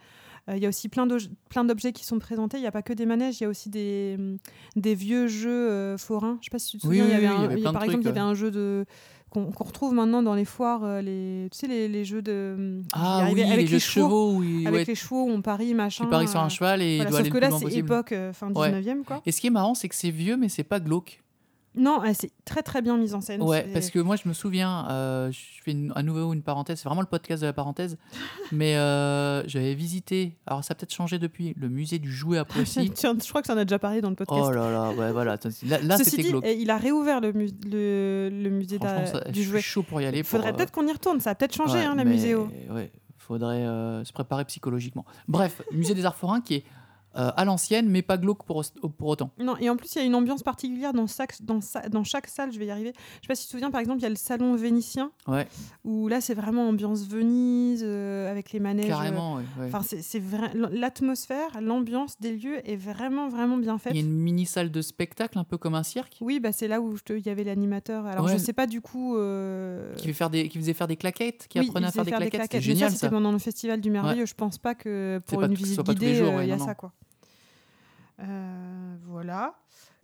Speaker 1: Euh, Il y a aussi plein d'oj- plein d'objets qui sont présentés. Il n'y a pas que des manèges, il y a aussi des, hum, des vieux jeux euh, forains. Je ne sais pas si tu te
Speaker 2: Oui,
Speaker 1: souviens, il y
Speaker 2: oui,
Speaker 1: avait,
Speaker 2: oui, il y
Speaker 1: un-
Speaker 2: avait
Speaker 1: il y a-
Speaker 2: plein de
Speaker 1: par
Speaker 2: trucs,
Speaker 1: exemple, il y avait
Speaker 2: ouais.
Speaker 1: un jeu de qu'on qu'on retrouve maintenant dans les foires, euh, les, tu sais, les, les jeux de. hum, j'y
Speaker 2: Ah oui,
Speaker 1: arrivais,
Speaker 2: les, jeux de chevaux, où il-
Speaker 1: Avec
Speaker 2: ouais,
Speaker 1: les chevaux, on parie, machin.
Speaker 2: tu paries sur
Speaker 1: euh,
Speaker 2: un cheval et
Speaker 1: voilà,
Speaker 2: il doit aller
Speaker 1: sauf
Speaker 2: le
Speaker 1: que
Speaker 2: plus
Speaker 1: là,
Speaker 2: loin
Speaker 1: c'est
Speaker 2: possible.
Speaker 1: époque euh, fin
Speaker 2: Ouais.
Speaker 1: 19e, quoi.
Speaker 2: Et ce qui est marrant, c'est que c'est vieux, mais c'est pas glauque.
Speaker 1: Non, euh, c'est très très bien mis en scène.
Speaker 2: Ouais,
Speaker 1: Ah, C'est-
Speaker 2: parce que moi, je me souviens, euh, je fais une- à nouveau une parenthèse, c'est vraiment le podcast de la parenthèse, mais euh, j'avais visité, alors ça a peut-être changé depuis, le musée du jouet à Poissy.
Speaker 1: Tiens, je crois que ça en a déjà parlé dans le podcast.
Speaker 2: oh là là, ouais, voilà. attends, Là, là,
Speaker 1: Ceci
Speaker 2: c'était
Speaker 1: dit,
Speaker 2: glauque.
Speaker 1: eh, il a réouvert le, mus- le, le musée
Speaker 2: Franchement,
Speaker 1: d'a-
Speaker 2: ça- je
Speaker 1: du
Speaker 2: suis
Speaker 1: jouet.
Speaker 2: chaud pour y aller.
Speaker 1: Il faudrait
Speaker 2: pour, euh,
Speaker 1: peut-être qu'on y retourne, ça a peut-être changé
Speaker 2: Ouais,
Speaker 1: hein, la
Speaker 2: mais-
Speaker 1: muséo.
Speaker 2: Ouais, faudrait euh, se préparer psychologiquement. Bref, musée des arts forains qui est euh, à l'ancienne, mais pas glauque pour, au- pour autant.
Speaker 1: Non, et en plus, il y a une ambiance particulière dans chaque, dans, sa- dans chaque salle, je vais y arriver. Je sais pas si tu te souviens, par exemple, il y a le salon vénitien,
Speaker 2: Ouais,
Speaker 1: où là, c'est vraiment ambiance Venise, euh, avec les manèges. euh,
Speaker 2: carrément. ouais, ouais.
Speaker 1: Enfin, c'est c'est vrai. L'atmosphère, l'ambiance des lieux est vraiment, vraiment bien faite.
Speaker 2: Il y a une mini salle de spectacle, un peu comme un cirque,
Speaker 1: Oui, bah, c'est là où je te- il y avait l'animateur. Alors,
Speaker 2: Ouais.
Speaker 1: je sais pas du coup. euh,
Speaker 2: qui, fait faire des, qui faisait faire des claquettes, qui
Speaker 1: oui,
Speaker 2: apprenait
Speaker 1: il
Speaker 2: à faire
Speaker 1: faisait
Speaker 2: des claquettes. C'était
Speaker 1: Mais
Speaker 2: génial
Speaker 1: ça,
Speaker 2: ça.
Speaker 1: c'était pendant le festival du merveilleux. Je pense pas que pour
Speaker 2: pas
Speaker 1: une
Speaker 2: que ce
Speaker 1: visite
Speaker 2: soit pas tous les
Speaker 1: guidée,
Speaker 2: jours,
Speaker 1: euh, il
Speaker 2: ouais,
Speaker 1: y a
Speaker 2: non,
Speaker 1: ça
Speaker 2: non.
Speaker 1: quoi. Euh, voilà.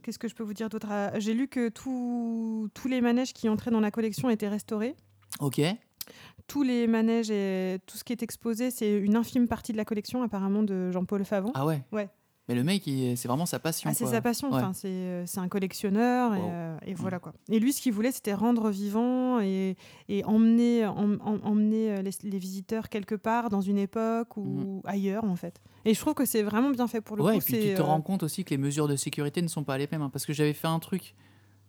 Speaker 1: Qu'est-ce que je peux vous dire d'autre Ah, J'ai lu que tout- tous les manèges qui entraient dans la collection étaient restaurés.
Speaker 2: Ok.
Speaker 1: Tous les manèges et tout ce qui est exposé, c'est une infime partie de la collection apparemment de Jean-Paul Favon.
Speaker 2: Ah ouais.
Speaker 1: Hein Ouais.
Speaker 2: Mais le mec, il- c'est vraiment sa passion.
Speaker 1: Ah, c'est
Speaker 2: quoi.
Speaker 1: sa passion,
Speaker 2: Ouais.
Speaker 1: enfin, c'est, euh, c'est un collectionneur, et,
Speaker 2: Wow. Mm.
Speaker 1: euh, et voilà quoi. Et lui, ce qu'il voulait, c'était rendre vivant et, et emmener, em- em- emmener euh, les, les visiteurs quelque part dans une époque ou ailleurs en fait. Et je trouve que c'est vraiment bien fait pour le
Speaker 2: Mm. ouais,
Speaker 1: coup.
Speaker 2: et puis tu
Speaker 1: c'est,
Speaker 2: te
Speaker 1: euh,
Speaker 2: rends compte aussi que les mesures de sécurité ne sont pas les mêmes. hein, parce que j'avais fait un truc,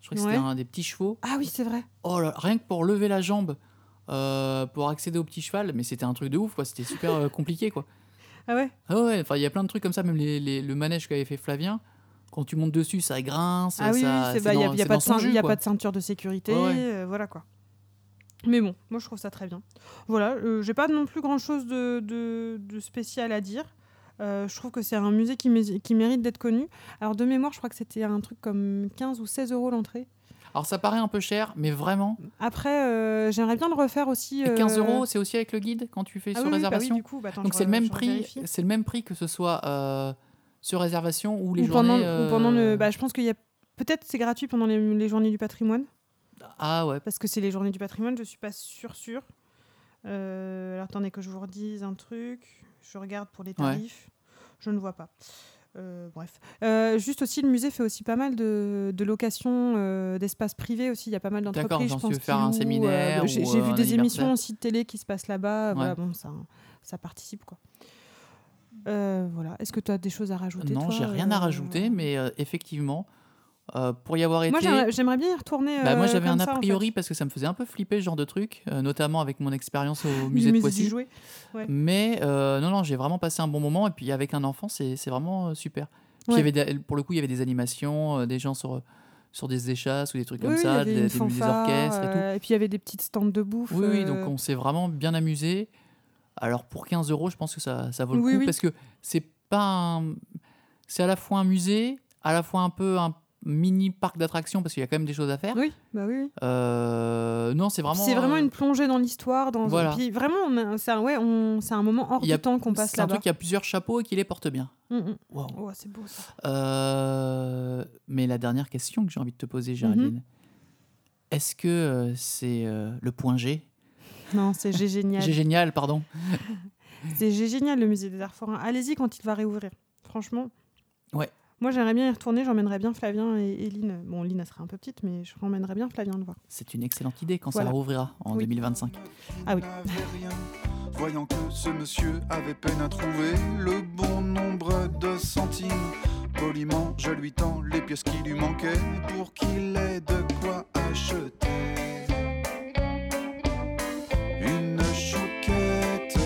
Speaker 2: je crois que c'était
Speaker 1: Ouais.
Speaker 2: un des petits chevaux.
Speaker 1: Ah oui, c'est vrai.
Speaker 2: Oh là, rien que pour lever la jambe, euh, euh, pour accéder au petit cheval, mais c'était un truc de ouf, quoi. C'était super euh, compliqué, quoi.
Speaker 1: Ah ouais
Speaker 2: Ah ouais, enfin, il y a plein de trucs comme ça, même les- les- le manège qu'avait fait Flavien, quand tu montes dessus, ça grince,
Speaker 1: Ah oui, il
Speaker 2: ça- c'est
Speaker 1: n'y
Speaker 2: dans-
Speaker 1: a, y a
Speaker 2: c'est
Speaker 1: pas
Speaker 2: dans
Speaker 1: de
Speaker 2: son
Speaker 1: ceint-
Speaker 2: jus,
Speaker 1: y a
Speaker 2: quoi.
Speaker 1: pas de ceinture de sécurité,
Speaker 2: Ouais, ouais.
Speaker 1: euh, voilà quoi. Mais bon, moi je trouve ça très bien. Voilà, euh, j'ai pas non plus grand chose de, de- de spécial à dire. Euh, je trouve que c'est un musée qui, mé- qui mérite d'être connu. Alors de mémoire, je crois que c'était un truc comme 15 ou 16 euros l'entrée.
Speaker 2: Alors ça paraît un peu cher, mais vraiment,
Speaker 1: Après, euh, j'aimerais bien le refaire aussi.
Speaker 2: et 15
Speaker 1: euh,
Speaker 2: euros, c'est aussi avec le guide quand tu fais
Speaker 1: ah
Speaker 2: sur
Speaker 1: oui, oui, bah oui,
Speaker 2: réservation.
Speaker 1: du coup, bah, attends,
Speaker 2: Donc
Speaker 1: je
Speaker 2: c'est le
Speaker 1: re-
Speaker 2: même
Speaker 1: je
Speaker 2: prix,
Speaker 1: revérifie.
Speaker 2: c'est le même prix que ce soit euh, sur réservation ou les
Speaker 1: Ou
Speaker 2: journées.
Speaker 1: pendant,
Speaker 2: euh,
Speaker 1: ou pendant le, bah, je pense qu'il y a peut-être c'est gratuit pendant les, les journées du patrimoine
Speaker 2: Ah ouais.
Speaker 1: parce que c'est les journées du patrimoine. Je suis pas sûre sûre. Euh, alors attendez que je vous redise un truc. Je regarde pour les tarifs. Je ne vois pas. Euh, bref. Euh, juste aussi, le musée fait aussi pas mal de, de locations euh, d'espaces privés aussi. Il y a pas mal
Speaker 2: D'accord,
Speaker 1: d'entreprises.
Speaker 2: genre,
Speaker 1: je
Speaker 2: si tu veux
Speaker 1: pense,
Speaker 2: faire
Speaker 1: qui
Speaker 2: un
Speaker 1: louent, euh,
Speaker 2: séminaire
Speaker 1: J'ai
Speaker 2: ou,
Speaker 1: j'ai
Speaker 2: euh,
Speaker 1: vu
Speaker 2: un
Speaker 1: des émissions
Speaker 2: anniversaire.
Speaker 1: aussi de télé qui se passent là-bas. Voilà,
Speaker 2: Ouais.
Speaker 1: bon, ça, ça participe quoi. Euh, voilà. Est-ce que tu as des choses à rajouter
Speaker 2: Non,
Speaker 1: toi,
Speaker 2: j'ai rien à
Speaker 1: euh,
Speaker 2: rajouter, mais euh, effectivement, euh, pour y avoir été.
Speaker 1: Moi, j'aimerais- j'aimerais bien y retourner.
Speaker 2: Bah, moi
Speaker 1: euh,
Speaker 2: j'avais un
Speaker 1: comme
Speaker 2: a
Speaker 1: ça, en fait.
Speaker 2: priori parce que ça me faisait un peu flipper ce genre de truc, euh, notamment avec mon expérience au
Speaker 1: Du
Speaker 2: musée
Speaker 1: musée
Speaker 2: de
Speaker 1: du
Speaker 2: Poissy.
Speaker 1: jouet. ouais.
Speaker 2: Mais euh, non, non, j'ai vraiment passé un bon moment et puis avec un enfant, c'est c'est vraiment euh, super. Puis
Speaker 1: Ouais.
Speaker 2: il y avait des- pour le coup, il y avait des animations, euh, des gens sur, sur des échasses ou des trucs comme
Speaker 1: Oui, il y
Speaker 2: ça,
Speaker 1: avait
Speaker 2: des,
Speaker 1: une
Speaker 2: des- des
Speaker 1: fanfare,
Speaker 2: orchestres et tout.
Speaker 1: euh, puis il y avait des petites stands de bouffe.
Speaker 2: Oui, oui,
Speaker 1: euh,
Speaker 2: donc on s'est vraiment bien amusé. Alors pour 15 euros, je pense que ça, ça vaut le
Speaker 1: Oui,
Speaker 2: coup
Speaker 1: oui.
Speaker 2: parce que c'est pas un- C'est à la fois un musée, à la fois un peu un mini parc d'attractions parce qu'il y a quand même des choses à faire.
Speaker 1: Oui, bah oui. oui.
Speaker 2: Euh, non, c'est vraiment.
Speaker 1: C'est vraiment
Speaker 2: euh,
Speaker 1: une plongée dans l'histoire. Dans...
Speaker 2: voilà.
Speaker 1: Puis vraiment, on a- c'est un, ouais, on... c'est un moment hors
Speaker 2: Il y a-
Speaker 1: du temps qu'on passe
Speaker 2: C'est un
Speaker 1: là-bas.
Speaker 2: truc qui a plusieurs chapeaux et qui les porte bien.
Speaker 1: Mm, mm.
Speaker 2: Wow.
Speaker 1: Oh, c'est beau ça.
Speaker 2: Euh, mais la dernière question que j'ai envie de te poser, Géraldine,
Speaker 1: Mhm.
Speaker 2: est-ce que euh, c'est euh, le point G
Speaker 1: Non, c'est gé- génial.
Speaker 2: G génial, pardon.
Speaker 1: c'est gé- génial le musée des arts forains. Allez-y quand il va réouvrir. Franchement.
Speaker 2: Ouais.
Speaker 1: Moi, j'aimerais bien y retourner. J'emmènerais bien Flavien et, et Lynn. Bon, Lynn, elle sera un peu petite, mais je ramènerais bien Flavien le voir.
Speaker 2: C'est une excellente idée quand
Speaker 1: Voilà.
Speaker 2: ça rouvrira en
Speaker 1: Oui.
Speaker 2: 2025.
Speaker 1: Ah oui.
Speaker 3: n'avait rien. Voyant que ce monsieur avait peine à trouver le bon nombre de centimes, poliment je lui tends les pièces qui lui manquaient pour qu'il ait de quoi acheter une chouquette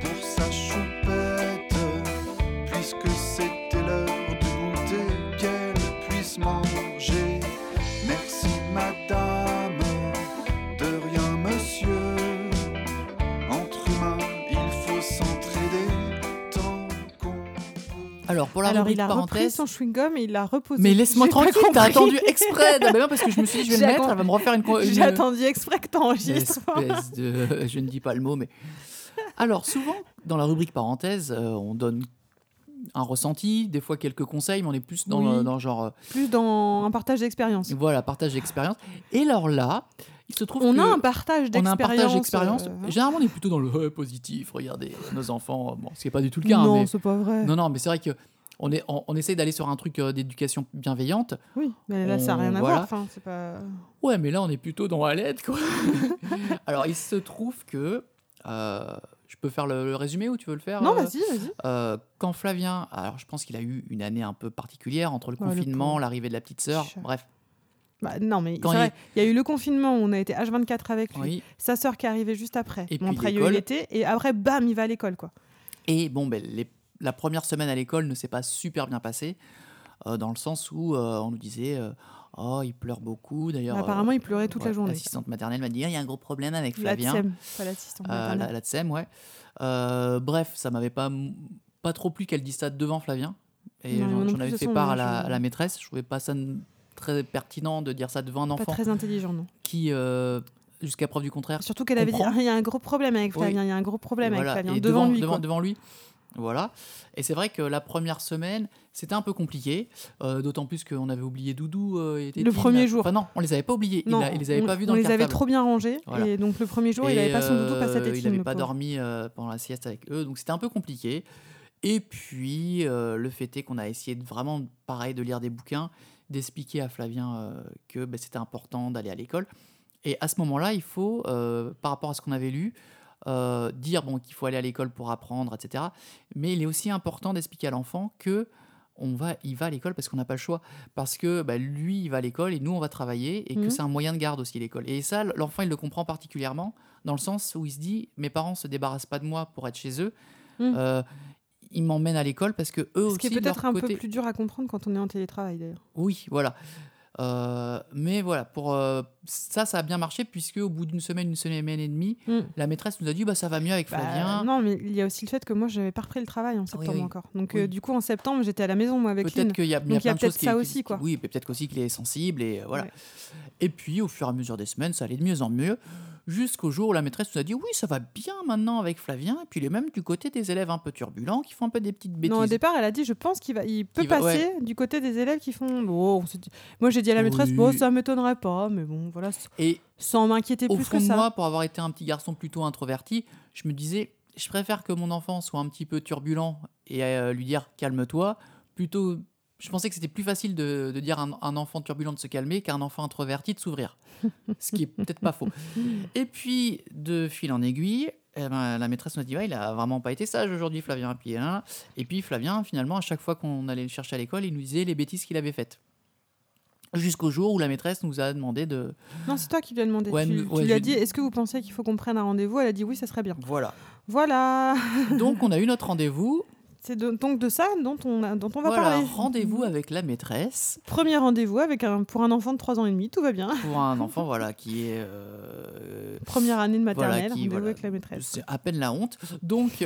Speaker 3: pour sa choupette, puisque c'était l'heure du goûter qu'elle puisse manger. Merci madame. De rien, monsieur. Entre humains, il faut s'entraider tant qu'on peut.
Speaker 2: Alors pour la
Speaker 1: Alors,
Speaker 2: rubrique
Speaker 1: il a repris
Speaker 2: parenthèse.
Speaker 1: son chewing-gum et il l'a reposé.
Speaker 2: Mais laisse-moi
Speaker 1: J'ai pas
Speaker 2: tranquille, t'as
Speaker 1: compris.
Speaker 2: attendu exprès. Non, mais non, parce que je me suis dit, je vais
Speaker 1: J'ai
Speaker 2: le mettre,
Speaker 1: attendu-
Speaker 2: elle va me refaire une. co-
Speaker 1: J'ai
Speaker 2: une-
Speaker 1: attendu exprès que
Speaker 2: une
Speaker 1: t'enregistres.
Speaker 2: espèce de. Je ne dis pas le mot, mais. Alors, souvent, dans la rubrique parenthèse, euh, on donne un ressenti, des fois quelques conseils, mais on est plus dans,
Speaker 1: Oui.
Speaker 2: le- dans le genre. euh,
Speaker 1: Plus dans un partage d'expérience.
Speaker 2: voilà, partage d'expérience. Et alors là, il se trouve
Speaker 1: On
Speaker 2: que
Speaker 1: a un partage
Speaker 2: on a un
Speaker 1: d'expérience.
Speaker 2: partage d'expérience.
Speaker 1: euh,
Speaker 2: Généralement, on est plutôt dans le euh, positif. Regardez, euh, nos enfants. Bon, ce qui n'est pas du tout le cas. hein,
Speaker 1: non,
Speaker 2: mais-
Speaker 1: c'est pas vrai.
Speaker 2: non, non, mais c'est vrai que. On, est, on, on essaye d'aller sur un truc euh, d'éducation bienveillante.
Speaker 1: Oui, mais là, ça n'a
Speaker 2: On-
Speaker 1: rien à
Speaker 2: voilà.
Speaker 1: voir. Enfin, c'est pas...
Speaker 2: Ouais, mais là, on est plutôt dans à l'aide, quoi. Alors, il se trouve que. euh, je peux faire le, le résumé ou tu veux le faire
Speaker 1: Non,
Speaker 2: euh,
Speaker 1: vas-y, vas-y.
Speaker 2: euh, Quand Flavien. Alors, je pense qu'il a eu une année un peu particulière entre le
Speaker 1: Ouais, le
Speaker 2: confinement,
Speaker 1: pauvre.
Speaker 2: l'arrivée de la petite sœur.
Speaker 1: Chut.
Speaker 2: Bref.
Speaker 1: Bah, non, mais c'est
Speaker 2: Quand il-
Speaker 1: vrai, il y a eu le confinement, on a été H24 avec lui.
Speaker 2: Oui.
Speaker 1: Sa sœur qui arrivait juste après.
Speaker 2: Et
Speaker 1: Mon
Speaker 2: puis
Speaker 1: après, il
Speaker 2: l'école.
Speaker 1: était. Et après, bam, il va à l'école, quoi.
Speaker 2: Et bon, ben, les- la première semaine à l'école ne s'est pas super bien passée, euh, dans le sens où euh, on nous disait euh, Oh, il pleure beaucoup. D'ailleurs, euh,
Speaker 1: Apparemment, il pleurait toute la journée.
Speaker 2: L'assistante maternelle m'a dit Ah, Il y a un gros problème avec
Speaker 1: La
Speaker 2: Flavien.
Speaker 1: TSEM, pas l'assistante
Speaker 2: Euh,
Speaker 1: maternelle.
Speaker 2: la, la TSEM, ouais. Euh, bref, ça m'avait pas, pas trop plu qu'elle dise ça devant Flavien. Et
Speaker 1: Non, mais moi
Speaker 2: j'en
Speaker 1: non
Speaker 2: j'en
Speaker 1: plus, de
Speaker 2: avais
Speaker 1: toute
Speaker 2: fait
Speaker 1: façon,
Speaker 2: part à
Speaker 1: je-
Speaker 2: la, à la maîtresse. Je trouvais pas ça n- très pertinent de dire ça devant un
Speaker 1: Pas
Speaker 2: enfant
Speaker 1: très intelligent, non.
Speaker 2: qui, euh, jusqu'à preuve du contraire,
Speaker 1: Surtout qu'elle avait dit
Speaker 2: comprend.
Speaker 1: Ah, il y a un gros problème avec
Speaker 2: Oui.
Speaker 1: Flavien, il y a un gros problème
Speaker 2: et voilà,
Speaker 1: avec
Speaker 2: et
Speaker 1: Flavien. Devant, lui,
Speaker 2: devant,
Speaker 1: quoi.
Speaker 2: devant lui. Voilà. Et c'est vrai que la première semaine, c'était un peu compliqué. euh, D'autant plus qu'on avait oublié Doudou euh, et Tétine.
Speaker 1: Le premier jour.
Speaker 2: Enfin, non, on les avait pas oubliés. Il
Speaker 1: Non,
Speaker 2: a- il les avait
Speaker 1: on-
Speaker 2: pas vus dans
Speaker 1: on
Speaker 2: le
Speaker 1: les avait
Speaker 2: cartable.
Speaker 1: trop bien rangés.
Speaker 2: Voilà.
Speaker 1: Et donc, le premier jour, il
Speaker 2: Et,
Speaker 1: avait pas son doudou, pas sa
Speaker 2: euh,
Speaker 1: tétine.
Speaker 2: Il n'avait
Speaker 1: le
Speaker 2: pas
Speaker 1: pauvre.
Speaker 2: dormi euh, pendant la sieste avec eux, donc c'était un peu compliqué. Et puis, euh, le fait est qu'on a essayé de vraiment, pareil, de lire des bouquins, d'expliquer à Flavien euh, que ben, c'était important d'aller à l'école. Et à ce moment-là, il faut, euh, par rapport à ce qu'on avait lu, euh, dire bon, qu'il faut aller à l'école pour apprendre, etc. Mais il est aussi important d'expliquer à l'enfant que on va, il va à l'école parce qu'on n'a pas le choix. Parce que bah, lui, il va à l'école et nous, on va travailler et que
Speaker 1: Mhm.
Speaker 2: c'est un moyen de garde aussi, l'école. Et ça, l'enfant, il le comprend particulièrement dans le sens où il se dit mes parents se débarrassent pas de moi pour être chez eux.
Speaker 1: Mhm.
Speaker 2: Euh, ils m'emmènent à l'école parce que eux
Speaker 1: Ce qui
Speaker 2: aussi,
Speaker 1: est
Speaker 2: de leur
Speaker 1: peut-être un
Speaker 2: côté.
Speaker 1: peu plus dur à comprendre quand on est en télétravail d'ailleurs.
Speaker 2: Oui, voilà. Euh, mais voilà, pour euh, ça, ça a bien marché puisque au bout d'une semaine, une semaine et demie,
Speaker 1: Mm.
Speaker 2: la maîtresse nous a dit bah ça va mieux avec
Speaker 1: Bah,
Speaker 2: Flavien.
Speaker 1: non, mais il y a aussi le fait que moi, j'avais pas repris le travail en septembre
Speaker 2: oui.
Speaker 1: encore. Donc,
Speaker 2: Oui.
Speaker 1: euh, du coup, en septembre, j'étais à la maison, moi, avec Lynn.
Speaker 2: Peut-être qu'il y a, il y a
Speaker 1: Donc, il y
Speaker 2: plein
Speaker 1: a
Speaker 2: de choses
Speaker 1: peut-être
Speaker 2: qui,
Speaker 1: ça
Speaker 2: qui-
Speaker 1: aussi, quoi.
Speaker 2: qui- oui, mais peut-être qu'aussi qu'il est sensible et euh, voilà.
Speaker 1: Ouais.
Speaker 2: Et puis au fur et à mesure des semaines, ça allait de mieux en mieux jusqu'au jour où la maîtresse nous a dit oui ça va bien maintenant avec Flavien. Et puis il est même du côté des élèves un peu turbulents qui font un peu des petites bêtises.
Speaker 1: Non, au départ, elle a dit, je pense qu'il va, il peut
Speaker 2: Il va-
Speaker 1: passer du côté des élèves qui font. Bon, on se dit- Moi, j'ai dit à la maîtresse,
Speaker 2: Oui.
Speaker 1: bon, ça m'étonnerait pas, mais bon, voilà, s-
Speaker 2: Et
Speaker 1: sans m'inquiéter
Speaker 2: au
Speaker 1: plus
Speaker 2: fond
Speaker 1: que
Speaker 2: de
Speaker 1: ça.
Speaker 2: moi, pour avoir été un petit garçon plutôt introverti, je me disais, je préfère que mon enfant soit un petit peu turbulent et euh, lui dire calme-toi, plutôt. Je pensais que c'était plus facile de, de dire à un, un enfant turbulent de se calmer qu'à un enfant introverti de s'ouvrir. Ce qui est peut-être pas faux. Et puis, de fil en aiguille, eh ben, la maîtresse nous a dit ouais, il a vraiment pas été sage aujourd'hui, Flavien. Et puis, hein. et puis, Flavien, finalement, à chaque fois qu'on allait le chercher à l'école, il nous disait les bêtises qu'il avait faites. Jusqu'au jour où la maîtresse nous a demandé de.
Speaker 1: Non, c'est toi qui lui as demandé.
Speaker 2: Ouais,
Speaker 1: tu
Speaker 2: nous-
Speaker 1: tu
Speaker 2: ouais,
Speaker 1: lui as
Speaker 2: j'ai-
Speaker 1: dit, est-ce que vous pensez qu'il faut qu'on prenne un rendez-vous Elle a dit, oui, ça serait bien.
Speaker 2: Voilà.
Speaker 1: Voilà.
Speaker 2: Donc, on a eu notre rendez-vous.
Speaker 1: C'est de- donc de ça dont on, a- dont on va
Speaker 2: voilà,
Speaker 1: parler.
Speaker 2: rendez-vous avec la maîtresse
Speaker 1: Premier rendez-vous avec un, pour un enfant de 3 ans et demi, tout va bien.
Speaker 2: pour un enfant voilà qui est euh,
Speaker 1: Première année de
Speaker 2: Voilà,
Speaker 1: maternelle,
Speaker 2: qui,
Speaker 1: rendez-vous
Speaker 2: voilà,
Speaker 1: avec la maîtresse.
Speaker 2: c'est à peine la honte. Donc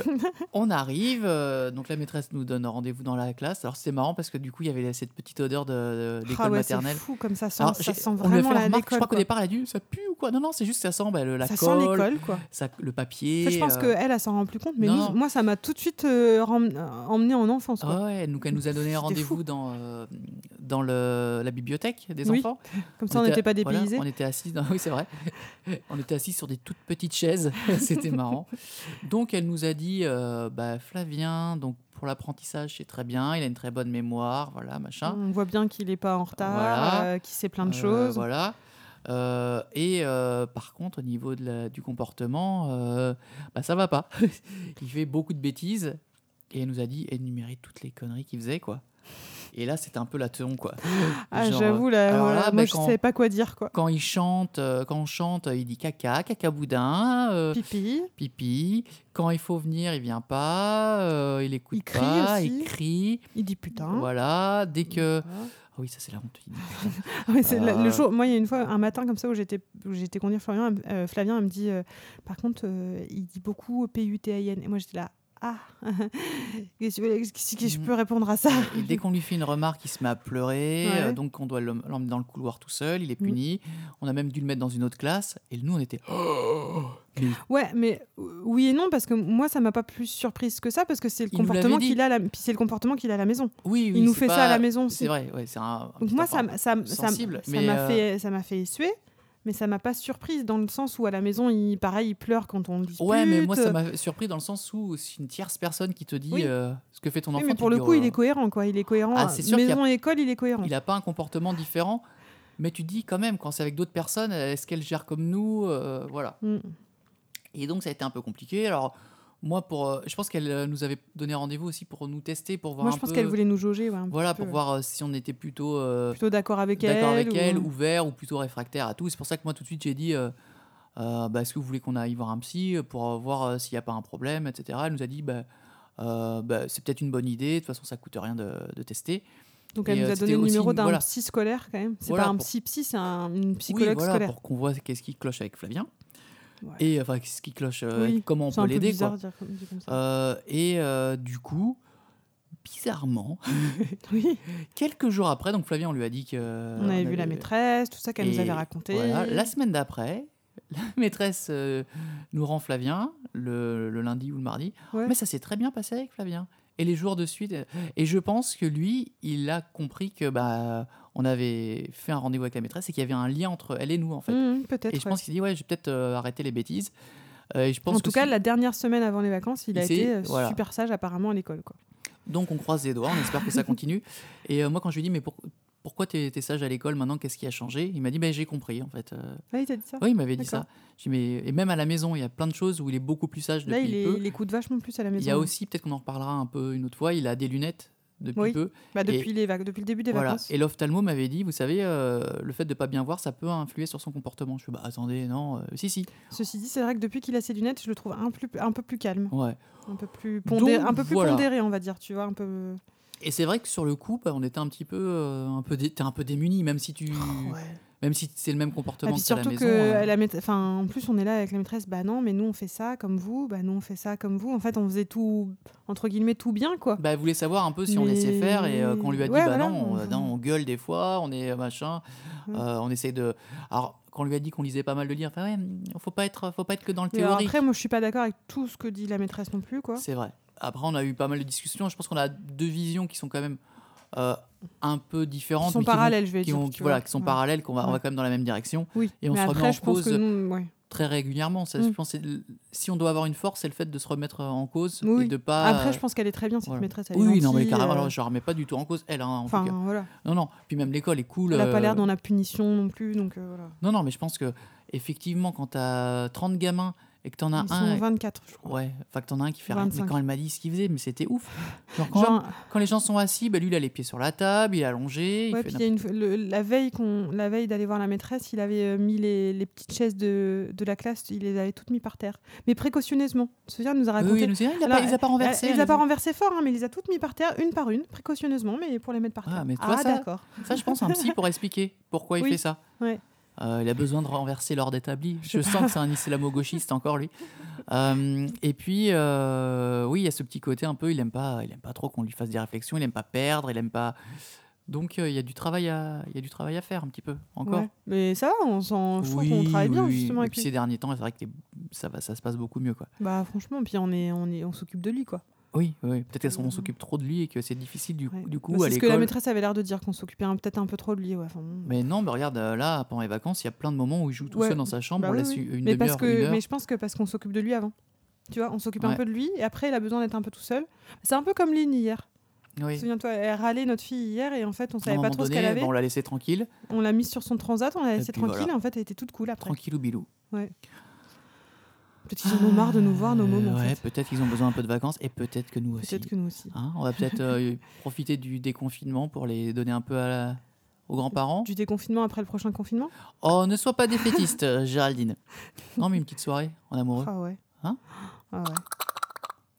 Speaker 2: on arrive, euh, donc la maîtresse nous donne rendez-vous dans la classe. Alors c'est marrant parce que du coup il y avait cette petite odeur de, de l'école
Speaker 1: ah ouais,
Speaker 2: maternelle.
Speaker 1: C'est fou comme ça sent,
Speaker 2: Alors,
Speaker 1: ça
Speaker 2: j'ai-
Speaker 1: sent
Speaker 2: on lui a
Speaker 1: vraiment
Speaker 2: fait la
Speaker 1: la-
Speaker 2: remarque, je
Speaker 1: l'école.
Speaker 2: crois qu'au
Speaker 1: quoi.
Speaker 2: départ elle a dit ça pue ou quoi Non non c'est juste que ça sent bah, le- la
Speaker 1: Ça sent
Speaker 2: colle,
Speaker 1: l'école, quoi.
Speaker 2: ça- le
Speaker 1: Enfin,
Speaker 2: papier.
Speaker 1: je pense
Speaker 2: euh,
Speaker 1: qu'elle, elle s'en rend plus compte, mais
Speaker 2: Non.
Speaker 1: nous, moi, ça m'a tout de suite euh, rem- euh, emmené en enfance. quoi.
Speaker 2: ah ouais, donc elle nous a donné
Speaker 1: C'était
Speaker 2: rendez-vous
Speaker 1: fou.
Speaker 2: dans, euh, dans le, la bibliothèque des
Speaker 1: Oui.
Speaker 2: enfants. euh,
Speaker 1: Comme ça, on n'était pas
Speaker 2: voilà,
Speaker 1: dépaysés.
Speaker 2: on était assis, dans- oui c'est vrai. on était assis sur des toutes petites chaises. C'était marrant. Donc elle nous a dit, euh, bah, Flavien, donc pour l'apprentissage c'est très bien, il a une très bonne mémoire, voilà machin.
Speaker 1: On voit bien qu'il n'est pas en retard,
Speaker 2: Voilà.
Speaker 1: euh, qu'il sait Mm, plein de
Speaker 2: Euh,
Speaker 1: choses.
Speaker 2: voilà. Euh, et euh, par contre, au niveau de la- du comportement, euh, bah, ça va pas. il fait beaucoup de bêtises. Et elle nous a dit énumérer toutes les conneries qu'il faisait, quoi. Et là, c'était un peu la teon, quoi.
Speaker 1: Ah,
Speaker 2: Genre,
Speaker 1: j'avoue, là,
Speaker 2: alors
Speaker 1: voilà,
Speaker 2: là,
Speaker 1: moi,
Speaker 2: bah,
Speaker 1: je
Speaker 2: quand-
Speaker 1: savais pas quoi dire, quoi.
Speaker 2: Quand il chante, euh, quand on chante, il dit caca, caca boudin, euh,
Speaker 1: Pipi,
Speaker 2: pipi. Quand il faut venir, il vient pas, euh, il écoute
Speaker 1: Il crie
Speaker 2: pas,
Speaker 1: aussi.
Speaker 2: il crie.
Speaker 1: il dit putain.
Speaker 2: Voilà, dès que.
Speaker 1: Voilà.
Speaker 2: Ah oui, ça c'est la honte. il dit.
Speaker 1: Ah ouais, c'est la-
Speaker 2: Euh.
Speaker 1: le jour, moi, il y a une fois, un matin comme ça, où j'étais où j'étais conduire Florian, elle me- euh, Flavien, elle me dit, euh, par contre, euh, il dit beaucoup P-U-T-I-N. Et moi, j'étais là, ah, qu'est-ce que tu veux- qu'est-ce que je
Speaker 2: Mm.
Speaker 1: peux répondre à ça
Speaker 2: Et dès qu'on lui fait une remarque, il se met à pleurer,
Speaker 1: Ah Ouais. Mm.
Speaker 2: euh, donc on doit l'em- l'emmener dans le couloir tout seul, il est puni. On a même dû le mettre dans une autre classe, et nous on était. oh,
Speaker 1: Ouais, mais euh, oui et non, parce que moi, ça m'a pas plus surprise que ça, parce que c'est le
Speaker 2: Il nous l'avait
Speaker 1: comportement
Speaker 2: dit.
Speaker 1: qu'il a, à la... puis c'est le comportement qu'il a à la maison.
Speaker 2: Oui, oui,
Speaker 1: il nous
Speaker 2: c'est
Speaker 1: fait ça
Speaker 2: pas-
Speaker 1: à la maison aussi.
Speaker 2: C'est vrai, ouais, c'est un. un
Speaker 1: Donc
Speaker 2: petit
Speaker 1: moi, ça,
Speaker 2: enfant.
Speaker 1: m- ça, m- ça, m-
Speaker 2: sensible,
Speaker 1: ça
Speaker 2: mais,
Speaker 1: m'a
Speaker 2: euh,
Speaker 1: fait, ça m'a fait suer, mais ça m'a pas surprise dans le sens où à la maison, il, pareil, il pleure quand on le dispute.
Speaker 2: Ouais, mais moi ça m'a surpris dans le sens où c'est une tierce personne qui te dit
Speaker 1: Oui.
Speaker 2: euh, ce que fait ton
Speaker 1: Oui,
Speaker 2: enfant.
Speaker 1: mais
Speaker 2: tu
Speaker 1: pour
Speaker 2: te
Speaker 1: le
Speaker 2: dis,
Speaker 1: coup,
Speaker 2: oh,
Speaker 1: il est cohérent, quoi. Il est cohérent.
Speaker 2: Ah, c'est sûr qu'il y a-
Speaker 1: maison et école, il est cohérent.
Speaker 2: il n'a pas un comportement différent, mais tu te dis quand même, quand c'est avec d'autres personnes, est-ce qu'elle gère comme nous Euh, Voilà.
Speaker 1: Mm.
Speaker 2: Et donc ça a été un peu compliqué. Alors, moi, pour, euh, je pense qu'elle euh, nous avait donné rendez-vous aussi pour nous tester, pour voir
Speaker 1: Moi,
Speaker 2: un
Speaker 1: je pense
Speaker 2: peu-
Speaker 1: qu'elle voulait nous jauger, ouais, un
Speaker 2: Voilà,
Speaker 1: petit peu.
Speaker 2: pour voir euh, si on était plutôt euh,
Speaker 1: Plutôt d'accord avec elle.
Speaker 2: d'accord avec
Speaker 1: ou-
Speaker 2: elle, ouvert ou plutôt réfractaire à tout. Et C'est pour ça que moi, tout de suite, j'ai dit euh, euh, bah, est-ce que vous voulez qu'on aille voir un psy euh, pour euh, voir euh, s'il n'y a pas un problème, etc. Elle nous a dit bah, euh, bah, c'est peut-être une bonne idée, de toute façon, ça coûte rien de, de tester.
Speaker 1: Donc, elle
Speaker 2: Et,
Speaker 1: nous
Speaker 2: euh,
Speaker 1: a donné
Speaker 2: c'était
Speaker 1: le
Speaker 2: aussi
Speaker 1: numéro
Speaker 2: une-
Speaker 1: d'un
Speaker 2: voilà.
Speaker 1: psy scolaire, quand même. C'est
Speaker 2: Voilà,
Speaker 1: pas un
Speaker 2: pour-
Speaker 1: psy-psy, c'est un une psychologue
Speaker 2: oui, voilà,
Speaker 1: scolaire.
Speaker 2: pour qu'on voit qu'est-ce qui cloche avec Flavien.
Speaker 1: Ouais.
Speaker 2: Et enfin, qu'est-ce qui cloche, euh,
Speaker 1: Oui,
Speaker 2: comment on
Speaker 1: C'est
Speaker 2: peut
Speaker 1: un peu
Speaker 2: l'aider.
Speaker 1: bizarre
Speaker 2: quoi.
Speaker 1: de dire comme, dit comme ça.
Speaker 2: Euh, et euh, du coup, bizarrement,
Speaker 1: Oui.
Speaker 2: quelques jours après, donc Flavien, on lui a dit que.
Speaker 1: On avait vu la maîtresse, tout ça qu'elle nous
Speaker 2: euh, Et
Speaker 1: avait raconté.
Speaker 2: voilà, la semaine d'après, la maîtresse euh, nous rend Flavien, le, le lundi ou le mardi.
Speaker 1: Ouais.
Speaker 2: Mais ça s'est très bien passé avec Flavien. Et les jours de suite. euh, Et je pense que lui, il a compris que bah, on avait fait un rendez-vous avec la maîtresse et qu'il y avait un lien entre elle et nous, en fait.
Speaker 1: Mhm, Peut-être.
Speaker 2: Et je
Speaker 1: ouais.
Speaker 2: pense qu'il dit ouais, je vais peut-être euh, arrêter les bêtises. Euh, et je pense
Speaker 1: en tout
Speaker 2: que
Speaker 1: cas,
Speaker 2: si-
Speaker 1: la dernière semaine avant les vacances, il,
Speaker 2: Il
Speaker 1: a
Speaker 2: s'est-
Speaker 1: été euh,
Speaker 2: voilà.
Speaker 1: super sage apparemment à l'école. quoi.
Speaker 2: donc on croise les doigts, on espère que ça continue. Et euh, moi, quand je lui dis mais pour- pourquoi t'es t'es sage à l'école maintenant Qu'est-ce qui a changé Il m'a dit ben j'ai compris en fait. Euh,
Speaker 1: Là, Ah, il t'a dit ça.
Speaker 2: Oui, il m'avait dit ça.
Speaker 1: D'accord.
Speaker 2: J'ai dit, mais et même à la maison, il y a plein de choses où il est beaucoup plus sage depuis
Speaker 1: Là, il, est-
Speaker 2: peu.
Speaker 1: il écoute vachement plus à la maison.
Speaker 2: Il y a aussi, peut-être qu'on en reparlera un peu une autre fois, il a des lunettes depuis
Speaker 1: Oui.
Speaker 2: peu.
Speaker 1: Bah, depuis,
Speaker 2: Et-
Speaker 1: les vac- depuis le début des
Speaker 2: Voilà.
Speaker 1: vacances.
Speaker 2: Et l'ophtalmo m'avait dit, vous savez, euh, le fait de pas bien voir, ça peut influer sur son comportement. Je fais, bah attendez, non, euh, si, si.
Speaker 1: Ceci dit, c'est vrai que depuis qu'il a ses lunettes, je le trouve un, plus, un peu plus calme,
Speaker 2: Ouais.
Speaker 1: un peu plus, pondéré,
Speaker 2: Donc,
Speaker 1: un peu plus
Speaker 2: voilà.
Speaker 1: pondéré, on va dire, tu vois, un peu...
Speaker 2: Et c'est vrai que sur le coup, bah, on était un petit peu, euh, un peu, dé- t'es un peu démuni, même si tu, même si c'est le même
Speaker 1: Et
Speaker 2: comportement
Speaker 1: Ah puis
Speaker 2: que t'as à la
Speaker 1: surtout
Speaker 2: maison.
Speaker 1: que
Speaker 2: euh,
Speaker 1: la maître- enfin, en plus on est là avec la maîtresse, bah non, mais nous on fait ça comme vous, bah nous on fait ça comme vous. En fait, on faisait tout entre guillemets tout bien quoi.
Speaker 2: Bah, elle voulait savoir un peu si on
Speaker 1: Mais-
Speaker 2: laissait faire et euh, qu'on lui a dit
Speaker 1: Ouais,
Speaker 2: bah
Speaker 1: voilà, Mmh.
Speaker 2: non, on,
Speaker 1: enfin.
Speaker 2: non, on gueule des fois, on est euh, machin,
Speaker 1: Ouais.
Speaker 2: euh, on essaie de. Alors quand on lui a dit qu'on lisait pas mal de livres, enfin, ouais, faut pas être, faut pas être que dans le
Speaker 1: Mais alors
Speaker 2: théorique.
Speaker 1: après, moi je suis pas d'accord avec tout ce que dit la maîtresse non plus quoi.
Speaker 2: C'est vrai. Après on a eu pas mal de discussions. Je pense qu'on a deux visions qui sont quand même euh, un peu différentes,
Speaker 1: Qui sont
Speaker 2: mais qui vont-
Speaker 1: parallèles, je vais
Speaker 2: qui,
Speaker 1: dire.
Speaker 2: vont-
Speaker 1: tu
Speaker 2: voilà,
Speaker 1: vois.
Speaker 2: qui sont
Speaker 1: Ouais.
Speaker 2: parallèles, qu'on va, on va
Speaker 1: Ouais.
Speaker 2: quand même dans la même direction
Speaker 1: Oui.
Speaker 2: et on
Speaker 1: mais
Speaker 2: se remet
Speaker 1: après,
Speaker 2: en
Speaker 1: je pense que
Speaker 2: cause- euh,
Speaker 1: nous, ouais.
Speaker 2: très régulièrement. Ça, je
Speaker 1: Mm.
Speaker 2: pense, c'est le- si on doit avoir une force, c'est le fait de se remettre euh, en cause
Speaker 1: Oui.
Speaker 2: et de pas.
Speaker 1: Après, je pense qu'elle est très bien cette
Speaker 2: voilà.
Speaker 1: maîtresse. Elle est
Speaker 2: oui, oui, non, mais
Speaker 1: gentille,
Speaker 2: carrément,
Speaker 1: euh,
Speaker 2: alors, je la remets pas du tout en cause, elle, hein, en
Speaker 1: Enfin
Speaker 2: tout cas.
Speaker 1: voilà,
Speaker 2: Non, non, puis même l'école est cool.
Speaker 1: elle a pas
Speaker 2: euh,
Speaker 1: l'air dans la punition non plus, donc euh, voilà.
Speaker 2: Non, non, mais je pense que effectivement, quand t'as 30 gamins et que t'en as
Speaker 1: Ils
Speaker 2: un.
Speaker 1: sont 24, je crois.
Speaker 2: Ouais, enfin que t'en as un qui fait rien. Mais
Speaker 1: 25.
Speaker 2: quand elle m'a dit ce qu'il faisait, mais c'était ouf. Genre, quand,
Speaker 1: Genre,
Speaker 2: quand les gens sont assis, bah, lui, il a les pieds sur la table, il est allongé. il
Speaker 1: Ouais,
Speaker 2: fait
Speaker 1: puis il y a une, le- la veille qu'on, la veille d'aller voir la maîtresse, il avait euh, mis les, les petites chaises de, de la classe, il les avait toutes mis par terre, mais précautionneusement. Tu te souviens, il nous a
Speaker 2: n'importe-
Speaker 1: raconté.
Speaker 2: Oui, oui, elle nous dit, ah, il a
Speaker 1: Alors,
Speaker 2: pas- il les a pas renversés.
Speaker 1: Elle- il
Speaker 2: elle
Speaker 1: les a
Speaker 2: les
Speaker 1: pas
Speaker 2: a-
Speaker 1: renversées fort, hein, mais il les a toutes mis par terre, une par une, précautionneusement, mais pour les mettre par
Speaker 2: Ah,
Speaker 1: terre.
Speaker 2: mais tu vois, ça-
Speaker 1: d'accord.
Speaker 2: Ça, je pense, un psy pour expliquer pourquoi il
Speaker 1: Oui,
Speaker 2: fait ça.
Speaker 1: ouais.
Speaker 2: Euh, il a besoin de renverser l'ordre établi. Je sens que c'est un islamo-gauchiste encore, lui. Euh, et puis, euh, oui, il y a ce petit côté un peu, il aime pas, il aime pas trop qu'on lui fasse des réflexions, il aime pas perdre, il aime pas. Donc, euh, il y a du travail à, il y a du travail à faire un petit peu encore.
Speaker 1: Ouais. Mais ça va, on s'en, je trouve qu'on
Speaker 2: Oui,
Speaker 1: travaille bien
Speaker 2: oui, oui.
Speaker 1: justement
Speaker 2: Et
Speaker 1: avec
Speaker 2: puis
Speaker 1: lui.
Speaker 2: ces derniers temps, c'est vrai que les- ça va, ça se passe beaucoup mieux, quoi.
Speaker 1: Bah franchement, puis on est, on est, on s'occupe de lui quoi.
Speaker 2: Oui, oui. Peut-être qu'on s'occupe trop de lui et que c'est difficile du,
Speaker 1: Ouais.
Speaker 2: du coup
Speaker 1: Bah,
Speaker 2: à
Speaker 1: c'est ce que la
Speaker 2: l'école.
Speaker 1: maîtresse avait l'air de dire, qu'on s'occupait un- peut-être un peu trop de lui. ouais, enfin, bon.
Speaker 2: Mais non, mais regarde, euh, là, pendant les vacances, il y a plein de moments où il joue tout
Speaker 1: Ouais.
Speaker 2: seul dans sa chambre,
Speaker 1: Bah
Speaker 2: on
Speaker 1: oui,
Speaker 2: laisse
Speaker 1: oui.
Speaker 2: une
Speaker 1: mais parce
Speaker 2: demi-heure, une
Speaker 1: que
Speaker 2: heure.
Speaker 1: mais je pense que parce qu'on s'occupe de lui avant tu vois on s'occupe
Speaker 2: Ouais.
Speaker 1: un peu de lui et après il a besoin d'être un peu tout seul c'est un peu comme Lynn hier
Speaker 2: Oui.
Speaker 1: souviens-toi elle râlait notre fille hier et en fait on
Speaker 2: À un
Speaker 1: savait
Speaker 2: moment
Speaker 1: pas trop ce qu'elle
Speaker 2: donné,
Speaker 1: avait
Speaker 2: bon, on l'a laissé tranquille,
Speaker 1: on l'a mise sur son transat on l'a laissée
Speaker 2: puis
Speaker 1: tranquille
Speaker 2: voilà.
Speaker 1: et en fait elle était toute cool après
Speaker 2: tranquille ou bilou.
Speaker 1: peut-être qu'ils en ont marre de nous voir nos mômes en
Speaker 2: Euh, ouais,
Speaker 1: fait
Speaker 2: peut-être qu'ils ont besoin un peu de vacances et peut-être que nous aussi.
Speaker 1: peut-être que nous aussi
Speaker 2: Hein, on va peut-être euh, profiter du déconfinement pour les donner un peu à la- aux grands-parents.
Speaker 1: du déconfinement après le prochain confinement
Speaker 2: Oh, ne sois pas défaitiste, euh, Géraldine. Non, mais une petite soirée en amoureux.
Speaker 1: ah ouais
Speaker 2: Hein
Speaker 1: ah ouais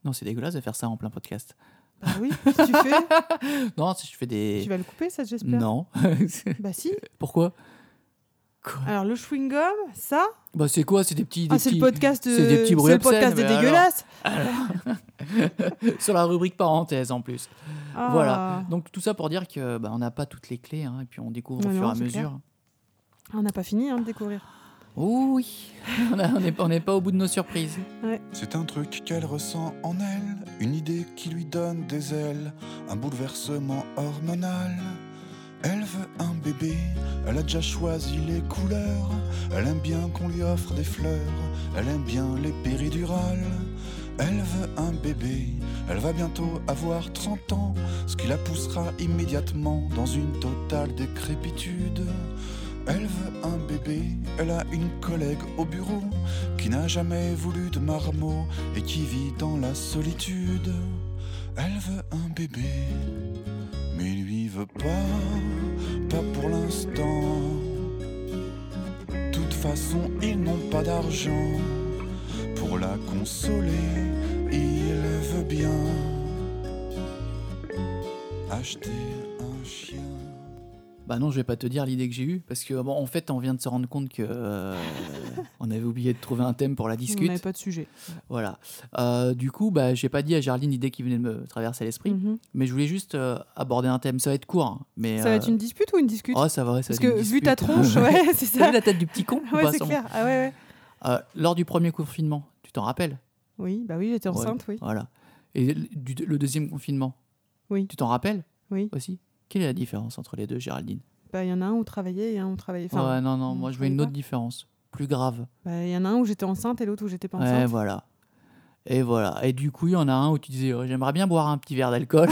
Speaker 2: Non, c'est dégueulasse de faire ça en plein podcast.
Speaker 1: bah oui qu'est-ce que tu fais
Speaker 2: Non, si je fais des.
Speaker 1: tu vas le couper ça j'espère
Speaker 2: non.
Speaker 1: bah si
Speaker 2: Pourquoi Quoi
Speaker 1: alors le chewing gum ça
Speaker 2: Bah, c'est quoi C'est des petits. Des
Speaker 1: ah, c'est le
Speaker 2: petits-
Speaker 1: podcast de...
Speaker 2: c'est des petits bruits
Speaker 1: c'est le podcast
Speaker 2: obscènes,
Speaker 1: des
Speaker 2: mais alors-
Speaker 1: dégueulasses
Speaker 2: Sur la rubrique parenthèse en plus.
Speaker 1: Ah.
Speaker 2: Voilà. Donc, tout ça pour dire que bah, on n'a pas toutes les clés hein, et puis on découvre au
Speaker 1: Ah Non,
Speaker 2: fur et
Speaker 1: non,
Speaker 2: à
Speaker 1: c'est
Speaker 2: mesure.
Speaker 1: clair. On n'a pas fini hein, de découvrir.
Speaker 2: Oh oui, on a- on n'est on n'est pas au bout de nos surprises.
Speaker 3: C'est un truc qu'elle ressent en elle, une idée qui lui donne des ailes, un bouleversement hormonal. Elle veut un bébé, elle a déjà choisi les couleurs, elle aime bien qu'on lui offre des fleurs, elle aime bien les péridurales. Elle veut un bébé, elle va bientôt avoir 30 ans, ce qui la poussera immédiatement dans une totale décrépitude. Elle veut un bébé, elle a une collègue au bureau, qui n'a jamais voulu de marmot et qui vit dans la solitude. Elle veut un bébé, mais lui veut pas, pas pour l'instant. De toute façon, ils n'ont pas d'argent. Pour la consoler, il veut bien acheter un chien.
Speaker 2: Bah non, je vais pas te dire l'idée que j'ai eue parce que bon, en fait, on vient de se rendre compte que euh, on avait oublié de trouver un thème pour la
Speaker 1: On
Speaker 2: discute.
Speaker 1: n'avait pas de sujet.
Speaker 2: Voilà. Euh, du coup, bah j'ai pas dit à Gerline l'idée qui venait de me traverser l'esprit,
Speaker 1: Mhm.
Speaker 2: mais je voulais juste euh, aborder un thème. Ça va être court, hein, mais
Speaker 1: Ça va
Speaker 2: euh,
Speaker 1: être une dispute ou une discute
Speaker 2: Oh, ça va. Ça
Speaker 1: Parce
Speaker 2: va être
Speaker 1: que
Speaker 2: une
Speaker 1: vu ta
Speaker 2: dispute.
Speaker 1: tronche, ouais, c'est
Speaker 2: T'as
Speaker 1: ça.
Speaker 2: vu la tête du petit con ou
Speaker 1: Ouais,
Speaker 2: pas,
Speaker 1: c'est
Speaker 2: sans-
Speaker 1: clair. Ah ouais, ouais.
Speaker 2: Euh, Lors du premier confinement, tu t'en rappelles
Speaker 1: Oui, bah oui, j'étais
Speaker 2: Ouais.
Speaker 1: enceinte, oui.
Speaker 2: Voilà. Et le- du- le deuxième confinement
Speaker 1: Oui.
Speaker 2: Tu t'en rappelles
Speaker 1: Oui.
Speaker 2: Aussi. Quelle est la différence entre les deux, Géraldine
Speaker 1: Bah il y en a un où travaillait et un où travaillait. Enfin,
Speaker 2: Ouais, non, non,
Speaker 1: on
Speaker 2: moi je veux
Speaker 1: travaille
Speaker 2: une autre
Speaker 1: pas.
Speaker 2: différence, plus grave.
Speaker 1: bah, il y en a un où j'étais enceinte et l'autre où j'étais pas
Speaker 2: Ouais,
Speaker 1: enceinte.
Speaker 2: voilà. Et voilà. Et du coup, il y en a un où tu disais, Oh, j'aimerais bien boire un petit verre d'alcool.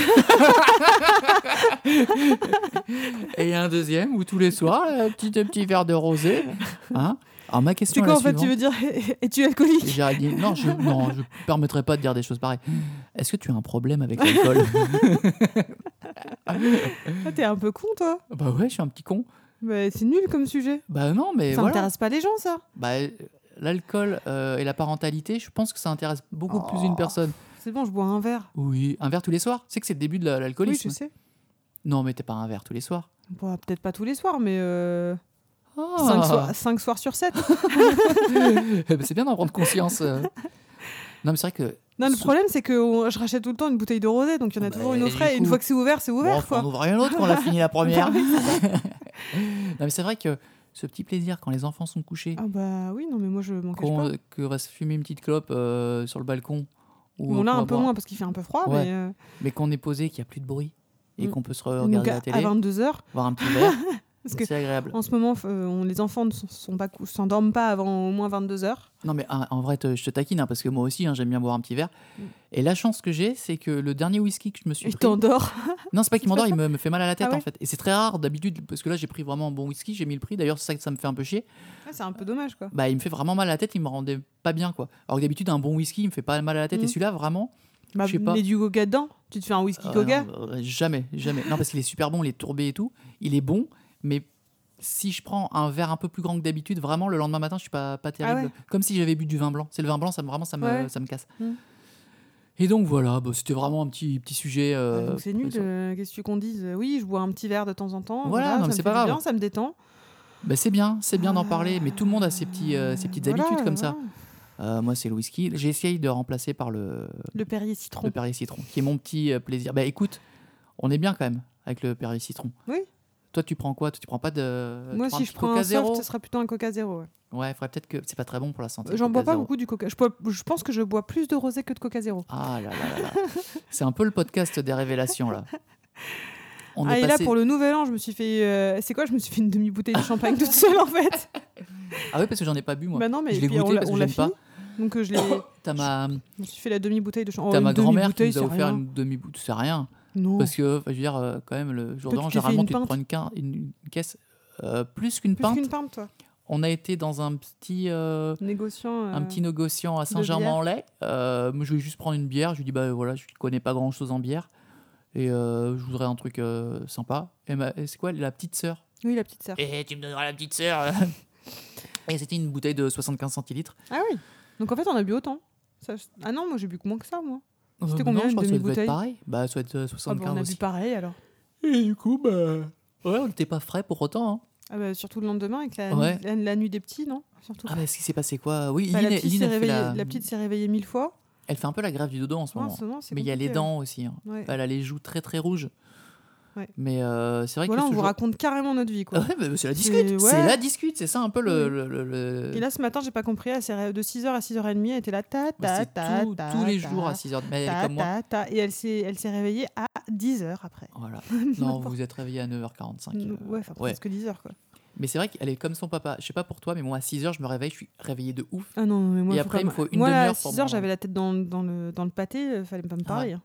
Speaker 2: Et il y a un deuxième où tous les soirs, un petit, petit verre de rosé. Hein Alors ma
Speaker 1: C'est
Speaker 2: question est
Speaker 1: quoi
Speaker 2: la
Speaker 1: en fait Tu
Speaker 2: suivante.
Speaker 1: veux dire es-tu alcoolique
Speaker 2: J'aurais dit, non, je non, je permettrai pas de dire des choses pareilles. Est-ce que tu as un problème avec l'alcool
Speaker 1: Ah, T'es un peu con, toi.
Speaker 2: Bah ouais, je suis un petit con.
Speaker 1: Bah, c'est nul comme sujet.
Speaker 2: Bah non, mais
Speaker 1: ça
Speaker 2: voilà.
Speaker 1: intéresse pas les gens, ça.
Speaker 2: Bah, euh, L'alcool euh, et la parentalité, je pense que ça intéresse beaucoup plus
Speaker 1: Oh.
Speaker 2: une personne.
Speaker 1: C'est bon, je bois un verre.
Speaker 2: Oui, un verre tous les soirs. Tu sais que c'est le début de la-
Speaker 1: Oui,
Speaker 2: l'alcoolisme.
Speaker 1: je sais.
Speaker 2: non, mais t'es pas un verre tous les soirs.
Speaker 1: Bon, peut-être pas tous les soirs, mais euh,
Speaker 2: Ah.
Speaker 1: cinq, soirs- cinq soirs sur 7.
Speaker 2: Eh ben, c'est bien d'en prendre conscience. euh. Non, mais c'est vrai que.
Speaker 1: Non, le
Speaker 2: Sous-
Speaker 1: problème, c'est que on- je rachète tout le temps une bouteille de rosé, donc il y en a
Speaker 2: Bah,
Speaker 1: toujours une au
Speaker 2: et
Speaker 1: frais.
Speaker 2: du
Speaker 1: Et une
Speaker 2: coup-
Speaker 1: fois que c'est ouvert, c'est
Speaker 2: Bon,
Speaker 1: ouvert,
Speaker 2: faut
Speaker 1: quoi.
Speaker 2: en ouvrir une autre quand on a fini la première. non, mais c'est vrai que ce petit plaisir quand les enfants sont couchés,
Speaker 1: Ah bah oui, non, mais moi, je m'en cache
Speaker 2: qu'on
Speaker 1: pas.
Speaker 2: euh, que va se fumer une petite clope euh, sur le balcon. ou
Speaker 1: Bon,
Speaker 2: qu'on
Speaker 1: là,
Speaker 2: va
Speaker 1: un peu
Speaker 2: boire-
Speaker 1: moins parce qu'il fait un peu froid,
Speaker 2: Ouais.
Speaker 1: mais euh,
Speaker 2: Mais qu'on est posé, qu'il n'y a plus de bruit et
Speaker 1: Mm.
Speaker 2: qu'on peut se re-
Speaker 1: donc
Speaker 2: regarder
Speaker 1: à,
Speaker 2: la télé,
Speaker 1: 22h.
Speaker 2: voir un petit verre,
Speaker 1: Parce que
Speaker 2: c'est agréable.
Speaker 1: en ce moment, f- euh, on, les enfants ne sont, sont pas cou- s'endorment pas avant au moins 22h.
Speaker 2: Non, mais ah, en vrai, te- je te taquine hein, parce que moi aussi, hein, j'aime bien boire un petit verre.
Speaker 1: Mm.
Speaker 2: Et la chance que j'ai, c'est que le dernier whisky que je me suis
Speaker 1: Tu
Speaker 2: pris.
Speaker 1: t'endors.
Speaker 2: Non, c'est pas qu'il m'endort, il me, me fait mal à la tête
Speaker 1: Ah ouais
Speaker 2: en fait. Et c'est très rare d'habitude parce que là, j'ai pris vraiment un bon whisky, j'ai mis le prix. D'ailleurs, c'est ça que ça me fait un peu chier.
Speaker 1: Ah, c'est un peu dommage, quoi.
Speaker 2: Bah, il me fait vraiment mal à la tête, il me rendait pas bien quoi. Alors que d'habitude, un bon whisky, il me fait pas mal à la tête.
Speaker 1: Mm.
Speaker 2: Et celui-là, vraiment.
Speaker 1: Bah,
Speaker 2: Je sais pas.
Speaker 1: mets du coca dedans. Tu te fais un whisky
Speaker 2: Euh,
Speaker 1: coca.
Speaker 2: non, euh, jamais, jamais. Non, parce qu'il est super bon, il est tourbé et tout. Il est bon, mais si je prends un verre un peu plus grand que d'habitude, vraiment, le lendemain matin, je suis pas, pas terrible.
Speaker 1: Ah ouais.
Speaker 2: Comme si j'avais bu du vin blanc. C'est le vin blanc, ça me, vraiment, ça me,
Speaker 1: Ouais.
Speaker 2: ça me casse.
Speaker 1: Mm.
Speaker 2: Et donc voilà, bah, c'était vraiment un petit, petit sujet.
Speaker 1: Ah,
Speaker 2: euh,
Speaker 1: donc c'est nul,
Speaker 2: sur-
Speaker 1: euh, qu'est-ce que tu qu'on dise euh, Oui, je bois un petit verre de temps en temps.
Speaker 2: Voilà, non, mais
Speaker 1: ça me
Speaker 2: c'est
Speaker 1: fait
Speaker 2: pas
Speaker 1: du
Speaker 2: grave.
Speaker 1: bien, ça me détend.
Speaker 2: Bah, c'est bien, c'est bien d'en parler, mais tout le monde a ses, petits, euh, ses petites
Speaker 1: Ah. Voilà,
Speaker 2: habitudes comme ça.
Speaker 1: voilà.
Speaker 2: Euh, moi, c'est le whisky. J'essaye de remplacer par le,
Speaker 1: Le Perrier
Speaker 2: le
Speaker 1: citron.
Speaker 2: Perrier Citron, qui est mon petit euh, plaisir. Bah écoute, on est bien quand même avec le Perrier Citron.
Speaker 1: Oui.
Speaker 2: Toi, tu prends quoi Toi, tu prends pas de.
Speaker 1: Moi, si
Speaker 2: tu
Speaker 1: je
Speaker 2: un petit
Speaker 1: prends un
Speaker 2: Coca
Speaker 1: soft,
Speaker 2: Zéro
Speaker 1: ce sera plutôt un coca zéro. ouais.
Speaker 2: Ouais, faudrait peut-être que c'est pas très bon pour la santé. le
Speaker 1: J'en bois
Speaker 2: Coca
Speaker 1: pas
Speaker 2: Zéro.
Speaker 1: beaucoup du coca. Je, bois- je pense que je bois plus de rosé que de coca zéro.
Speaker 2: Ah là là là là. c'est un peu le podcast des révélations là. On
Speaker 1: Ah,
Speaker 2: est
Speaker 1: et
Speaker 2: passé...
Speaker 1: là, pour le nouvel an, je me suis fait. euh, c'est quoi Je me suis fait une demi-bouteille de champagne toute seule, en fait.
Speaker 2: Ah oui, parce que j'en ai pas bu moi.
Speaker 1: Bah non, mais
Speaker 2: je l'ai
Speaker 1: puis on
Speaker 2: goûté
Speaker 1: l'a-
Speaker 2: parce
Speaker 1: on
Speaker 2: que
Speaker 1: l'a
Speaker 2: j'aime pas.
Speaker 1: fini. Donc, euh, je l'ai.
Speaker 2: T'as ma,
Speaker 1: Je me suis fait la demi-bouteille de champagne.
Speaker 2: t'as ma grand-mère qui nous
Speaker 1: c'est
Speaker 2: a offert
Speaker 1: rien.
Speaker 2: une demi-bouteille. C'est rien.
Speaker 1: Non.
Speaker 2: Parce que, enfin, je veux dire, euh, quand même, le jour
Speaker 1: Toi,
Speaker 2: de l'an,
Speaker 1: tu t'es fait
Speaker 2: généralement,
Speaker 1: une
Speaker 2: tu te
Speaker 1: pinte
Speaker 2: prends une, quin- une- une caisse euh, plus qu'une
Speaker 1: Plus
Speaker 2: pinte.
Speaker 1: qu'une pinte, toi.
Speaker 2: On a été dans un petit. euh,
Speaker 1: Négociant.
Speaker 2: un
Speaker 1: euh,
Speaker 2: petit négociant à Saint-Germain-en-Laye. Euh, moi, je voulais juste prendre une bière. Je lui dis bah voilà, je connais pas grand-chose en bière et euh, je voudrais un truc euh, sympa. Et, ma- et c'est quoi la petite sœur
Speaker 1: Oui, la petite sœur.
Speaker 2: Et Eh, tu me donneras la petite sœur. et c'était une bouteille de 75 centilitres.
Speaker 1: Ah oui. Donc, en fait, on a bu autant. Ça, je- Ah non, moi, j'ai bu moins que ça, moi.
Speaker 2: Euh,
Speaker 1: C'était combien,
Speaker 2: non, je
Speaker 1: une
Speaker 2: crois que ça devait
Speaker 1: demi-bouteille
Speaker 2: être pareil. Bah, ça doit être euh,
Speaker 1: Ah bah,
Speaker 2: 75
Speaker 1: on a bu
Speaker 2: aussi.
Speaker 1: pareil, alors.
Speaker 2: Et du coup, bah ouais, on n'était pas frais pour autant. hein.
Speaker 1: Ah bah, surtout le lendemain, avec la,
Speaker 2: Ouais.
Speaker 1: la- la nuit des petits, non Surtout.
Speaker 2: Ah bah, ce qui s'est passé quoi Oui,
Speaker 1: Bah, la,
Speaker 2: Lynn,
Speaker 1: petite
Speaker 2: Lynn,
Speaker 1: s'est
Speaker 2: elle, fait
Speaker 1: réveillée,
Speaker 2: la...
Speaker 1: la petite s'est réveillée mille fois.
Speaker 2: elle fait un peu la grève du dodo en ce moment.
Speaker 1: Mince, non, c'est
Speaker 2: Mais il y a les
Speaker 1: compliqué,
Speaker 2: dents aussi. hein.
Speaker 1: ouais. Ouais.
Speaker 2: Elle a les joues très très rouges.
Speaker 1: Ouais.
Speaker 2: Mais euh, c'est vrai
Speaker 1: Voilà,
Speaker 2: que
Speaker 1: on
Speaker 2: ce
Speaker 1: vous
Speaker 2: jour-
Speaker 1: raconte carrément notre vie,
Speaker 2: Ah
Speaker 1: quoi.
Speaker 2: Ouais, mais c'est la
Speaker 1: C'est-
Speaker 2: discute.
Speaker 1: ouais. Mm.
Speaker 2: C'est la discute. C'est ça un peu le. le- le- le-
Speaker 1: Et là, ce matin, j'ai pas compris. Elle s'est ré- de 6h à 6h30, elle était là. Ta,
Speaker 2: Bah,
Speaker 1: ta,
Speaker 2: c'est
Speaker 1: ta,
Speaker 2: tout-
Speaker 1: ta,
Speaker 2: tous les
Speaker 1: ta,
Speaker 2: jours à 6h du matin,
Speaker 1: ta,
Speaker 2: comme moi. Oh,
Speaker 1: ta, ta. Et elle s'est elle s'est réveillée à 10h après.
Speaker 2: Voilà. Non, vous vous êtes réveillé à 9h45. euh,
Speaker 1: Ouais, enfin, presque 10h, quoi.
Speaker 2: Mais c'est vrai qu'elle est comme son papa. Je sais pas pour toi, mais moi à 6h, je me réveille, je suis réveillé de ouf.
Speaker 1: Ah non, mais moi,
Speaker 2: Et
Speaker 1: faut
Speaker 2: après,
Speaker 1: pas
Speaker 2: il me
Speaker 1: me-
Speaker 2: faut une
Speaker 1: moi,
Speaker 2: demi-heure
Speaker 1: à
Speaker 2: pour
Speaker 1: 6h,
Speaker 2: me- Ah.
Speaker 1: j'avais la tête dans, dans le, dans le pâté, euh, fallait pas me parler. hein.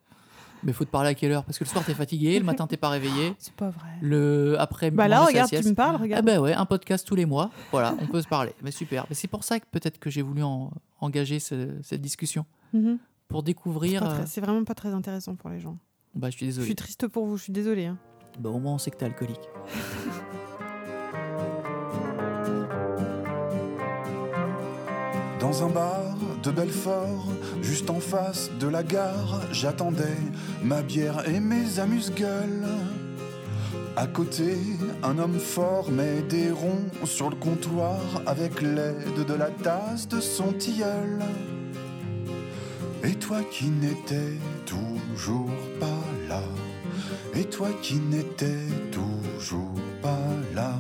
Speaker 2: Mais faut te parler à quelle heure Parce que le soir, t'es fatigué, le matin, t'es pas réveillé.
Speaker 1: C'est pas vrai.
Speaker 2: Le après
Speaker 1: Bah là,
Speaker 2: manger sa
Speaker 1: regarde, tu
Speaker 2: sieste.
Speaker 1: me parles,
Speaker 2: Ah
Speaker 1: regarde.
Speaker 2: bah ouais, un podcast tous les mois. Voilà, on peut se parler. Mais super. Mais c'est pour ça que peut-être que j'ai voulu en- engager ce- cette discussion.
Speaker 1: Mhm.
Speaker 2: Pour
Speaker 1: C'est
Speaker 2: découvrir.
Speaker 1: pas très-
Speaker 2: euh,
Speaker 1: C'est vraiment pas très intéressant pour les gens.
Speaker 2: Bah, je suis
Speaker 1: Je
Speaker 2: désolé.
Speaker 1: suis triste pour vous, je suis désolée. hein.
Speaker 2: Bah, au moins, on sait que t'es alcoolique.
Speaker 3: Dans un bar de Belfort, juste en face de la gare, j'attendais ma bière et mes amuse-gueules. À côté, un homme fort met des ronds sur le comptoir avec l'aide de la tasse de son tilleul. Et toi qui n'étais toujours pas là, et toi qui n'étais toujours pas là.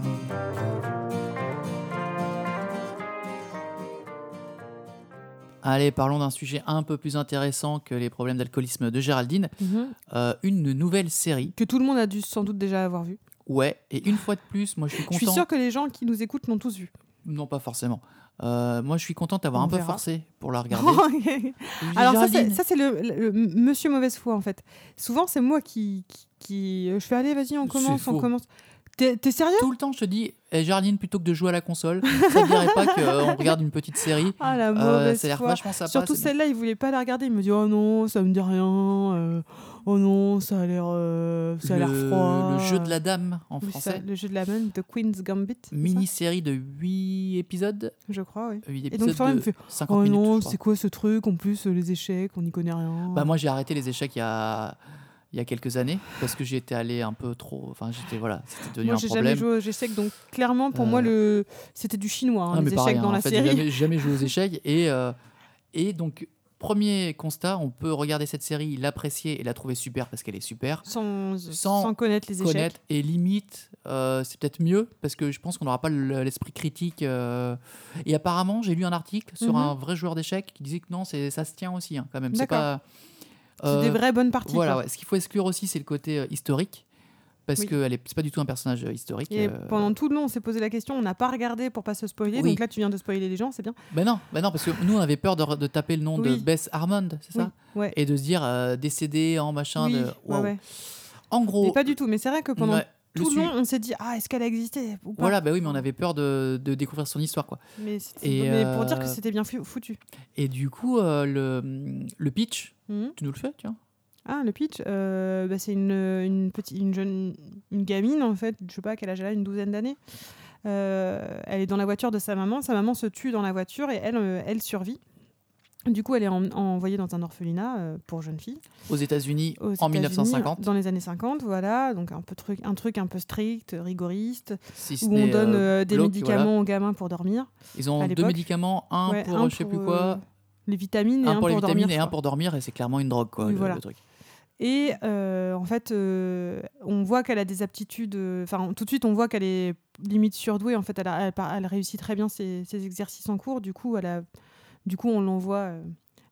Speaker 2: Allez, parlons d'un sujet un peu plus intéressant que les problèmes d'alcoolisme de Géraldine. Euh, une nouvelle série.
Speaker 1: Que tout le monde a dû sans doute déjà avoir vu.
Speaker 2: Ouais, et une fois de plus, moi je suis
Speaker 1: Je suis
Speaker 2: content.
Speaker 1: sûre que les gens qui nous écoutent l'ont tous vu.
Speaker 2: Non, pas forcément. Euh, moi je suis content d'avoir
Speaker 1: On
Speaker 2: un peu
Speaker 1: verra.
Speaker 2: forcé pour la regarder. Je dis,
Speaker 1: Alors ça c'est,
Speaker 2: Géraldine,
Speaker 1: ça, c'est le, le- le monsieur mauvaise foi en fait. Souvent c'est moi qui, qui, qui- euh, je fais allez vas-y on
Speaker 2: C'est
Speaker 1: commence on
Speaker 2: faux.
Speaker 1: commence. T'es t'es sérieux
Speaker 2: Tout le temps, je te dis, eh, Jarline, plutôt que de jouer à la console, ça ne dirait pas qu'on regarde une petite série.
Speaker 1: Ah la
Speaker 2: Euh,
Speaker 1: mauvaise
Speaker 2: ça a l'air
Speaker 1: foi.
Speaker 2: vachement sympa.
Speaker 1: Surtout
Speaker 2: c'est-
Speaker 1: celle-là, il voulait pas la regarder. Il me dit oh non, ça me dit rien. euh, oh non, ça a l'air, euh, ça a l'air
Speaker 2: le,
Speaker 1: froid.
Speaker 2: le jeu de la dame en
Speaker 1: Oui, ça,
Speaker 2: français.
Speaker 1: le jeu de la même de Queen's Gambit. c'est ça
Speaker 2: Mini-série de 8 épisodes.
Speaker 1: Je crois, oui.
Speaker 2: Huit
Speaker 1: Et donc,
Speaker 2: épisodes
Speaker 1: toi, il me
Speaker 2: de
Speaker 1: fait
Speaker 2: 50
Speaker 1: Oh
Speaker 2: minutes.
Speaker 1: non,
Speaker 2: je crois.
Speaker 1: c'est quoi ce truc En plus, euh, les échecs, on n'y connaît rien.
Speaker 2: Bah, moi, j'ai arrêté les échecs il y a, il y a quelques années parce que j'étais allé un peu trop. Enfin, j'étais. Voilà, c'était devenu
Speaker 1: Moi,
Speaker 2: un
Speaker 1: j'ai
Speaker 2: problème.
Speaker 1: jamais joué aux échecs, donc clairement, pour moi,
Speaker 2: Euh,
Speaker 1: le... c'était du chinois, hein,
Speaker 2: Ah, mais
Speaker 1: les échecs
Speaker 2: pareil,
Speaker 1: dans
Speaker 2: hein,
Speaker 1: la
Speaker 2: en fait, j'ai
Speaker 1: série.
Speaker 2: jamais, jamais joué aux échecs. Et, euh, et donc, premier constat, on peut regarder cette série, l'apprécier et la trouver super parce qu'elle est super.
Speaker 1: Sans,
Speaker 2: Sans
Speaker 1: sans connaître les échecs.
Speaker 2: Connaître et limite, euh, c'est peut-être mieux parce que je pense qu'on n'aura pas le- l'esprit critique. euh. Et apparemment, j'ai lu un article sur
Speaker 1: Mhm.
Speaker 2: un vrai joueur d'échecs qui disait que non, c'est- ça se tient aussi hein, quand même. C'est
Speaker 1: D'accord.
Speaker 2: pas.
Speaker 1: C'est des
Speaker 2: Euh,
Speaker 1: vraies bonnes parties.
Speaker 2: Voilà,
Speaker 1: quoi.
Speaker 2: ouais. ce qu'il faut exclure aussi, c'est le côté euh, historique. Parce
Speaker 1: hein. Oui.
Speaker 2: que elle est- c'est pas du tout un personnage euh, historique.
Speaker 1: Et
Speaker 2: euh,
Speaker 1: pendant tout le long, on s'est posé la question, on n'a pas regardé pour pas se spoiler.
Speaker 2: Oui.
Speaker 1: Donc là, tu viens de spoiler les gens, c'est bien.
Speaker 2: Ben non, ben non, parce que nous on avait peur de, re- de taper le nom de
Speaker 1: Oui.
Speaker 2: Bess Harmon, c'est ça
Speaker 1: Oui, ouais.
Speaker 2: Et de se dire euh, décédé en machin.
Speaker 1: Oui,
Speaker 2: de...
Speaker 1: ouais,
Speaker 2: Waouh.
Speaker 1: ouais.
Speaker 2: En gros,
Speaker 1: Mais pas du tout. Mais c'est vrai que pendant
Speaker 2: ouais, le
Speaker 1: tout
Speaker 2: su-
Speaker 1: le long, on s'est dit ah est-ce qu'elle a existé ou pas
Speaker 2: Voilà, ben oui, mais on avait peur de, de découvrir son histoire, quoi.
Speaker 1: Mais, c'était-
Speaker 2: Et,
Speaker 1: mais pour dire que
Speaker 2: euh,
Speaker 1: c'était bien fou- foutu.
Speaker 2: Et du coup, euh, le, le pitch,
Speaker 1: Mhm.
Speaker 2: tu nous le fais, tiens
Speaker 1: Ah le pitch, euh, bah, c'est une, une petite une jeune une gamine en fait, je sais pas quel âge elle a, une douzaine d'années. Euh, elle est dans la voiture de sa maman, sa maman se tue dans la voiture et elle euh, elle survit. Du coup, elle est en- envoyée dans un orphelinat euh, pour jeunes filles.
Speaker 2: Aux États-Unis,
Speaker 1: aux
Speaker 2: en
Speaker 1: États-Unis,
Speaker 2: 1950,
Speaker 1: Dans les années 50, voilà. Donc un peu truc, un truc un peu strict, rigoriste,
Speaker 2: si ce
Speaker 1: où on
Speaker 2: n'est,
Speaker 1: donne
Speaker 2: euh,
Speaker 1: euh, des
Speaker 2: glauque,
Speaker 1: médicaments aux gamins pour dormir.
Speaker 2: ils ont
Speaker 1: à
Speaker 2: deux
Speaker 1: l'époque.
Speaker 2: médicaments, un
Speaker 1: Ouais,
Speaker 2: pour
Speaker 1: un
Speaker 2: euh, je sais
Speaker 1: pour,
Speaker 2: plus
Speaker 1: euh,
Speaker 2: quoi,
Speaker 1: Les vitamines et
Speaker 2: un
Speaker 1: un,
Speaker 2: pour les
Speaker 1: dormir.
Speaker 2: vitamines et
Speaker 1: je
Speaker 2: un
Speaker 1: crois.
Speaker 2: pour dormir, et c'est clairement une drogue, quoi,
Speaker 1: Oui,
Speaker 2: le,
Speaker 1: voilà.
Speaker 2: le truc.
Speaker 1: Et euh, en fait, euh, on voit qu'elle a des aptitudes. euh, Enfin, tout de suite, on voit qu'elle est limite surdouée. En fait, elle, a- elle par- elle réussit très bien ses, ses exercices en cours. Du coup, elle a, du coup, on l'envoie euh,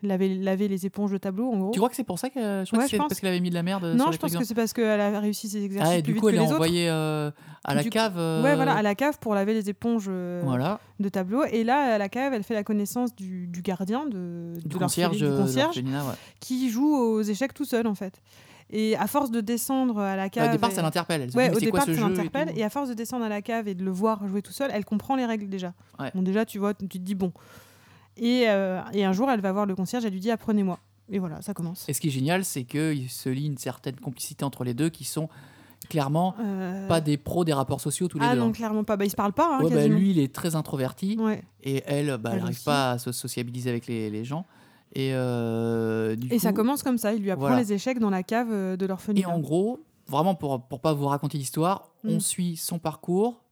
Speaker 1: laver, laver les éponges de tableau. En gros.
Speaker 2: Tu crois que c'est pour ça que je crois
Speaker 1: Oh. Ouais,
Speaker 2: que
Speaker 1: je
Speaker 2: c'est
Speaker 1: pense.
Speaker 2: parce qu'elle avait mis de la merde euh, sur
Speaker 1: non,
Speaker 2: les
Speaker 1: je pense
Speaker 2: trucs
Speaker 1: que c'est parce qu'elle a réussi ses exercices
Speaker 2: Ah, et
Speaker 1: plus
Speaker 2: du
Speaker 1: vite
Speaker 2: coup,
Speaker 1: que
Speaker 2: elle est
Speaker 1: les autres.
Speaker 2: envoyée euh, à la
Speaker 1: Du coup-
Speaker 2: cave. euh,
Speaker 1: Ouais, voilà, à la cave pour laver les éponges euh,
Speaker 2: voilà.
Speaker 1: de tableau. Et là, à la cave, elle fait la connaissance du, du gardien, de,
Speaker 2: Du,
Speaker 1: de
Speaker 2: concierge.
Speaker 1: l'orpheline- du
Speaker 2: euh, de
Speaker 1: concierge,
Speaker 2: l'orphelinat, ouais.
Speaker 1: qui joue aux échecs tout seul, en fait. Et à force de descendre à la cave.
Speaker 2: Au départ,
Speaker 1: et-
Speaker 2: ça l'interpelle. Elle se
Speaker 1: Ouais,
Speaker 2: dit, mais
Speaker 1: au
Speaker 2: c'est quoi
Speaker 1: départ,
Speaker 2: ce
Speaker 1: ça
Speaker 2: jeu et
Speaker 1: l'interpelle.
Speaker 2: tout.
Speaker 1: Et, à force de descendre à la cave et de le voir jouer tout seul, elle comprend les règles déjà.
Speaker 2: Ouais.
Speaker 1: Bon, déjà, tu vois, tu te dis bon. Et, euh, et un jour, elle va voir le concierge, elle lui dit apprenez-moi. Et voilà, ça commence.
Speaker 2: Et ce qui est génial, c'est qu'il se lie une certaine complicité entre les deux qui sont clairement
Speaker 1: Euh,
Speaker 2: pas des pros des rapports sociaux tous les
Speaker 1: ah
Speaker 2: deux.
Speaker 1: non,
Speaker 2: hein.
Speaker 1: clairement pas. Bah, ils se parlent pas, hein,
Speaker 2: Ouais, bah,
Speaker 1: quasiment.
Speaker 2: lui, il est très introverti
Speaker 1: Ouais.
Speaker 2: et elle, bah,
Speaker 1: Elle
Speaker 2: elle n'arrive
Speaker 1: aussi.
Speaker 2: pas à se sociabiliser avec les, les gens. Et, euh, du
Speaker 1: Et ça
Speaker 2: coup-
Speaker 1: commence comme ça. Il lui apprend
Speaker 2: Voilà.
Speaker 1: les échecs dans la cave euh, de
Speaker 2: Et
Speaker 1: l'orphelinat.
Speaker 2: en gros, vraiment pour pour pas vous raconter l'histoire, on
Speaker 1: Mm.
Speaker 2: suit son parcours,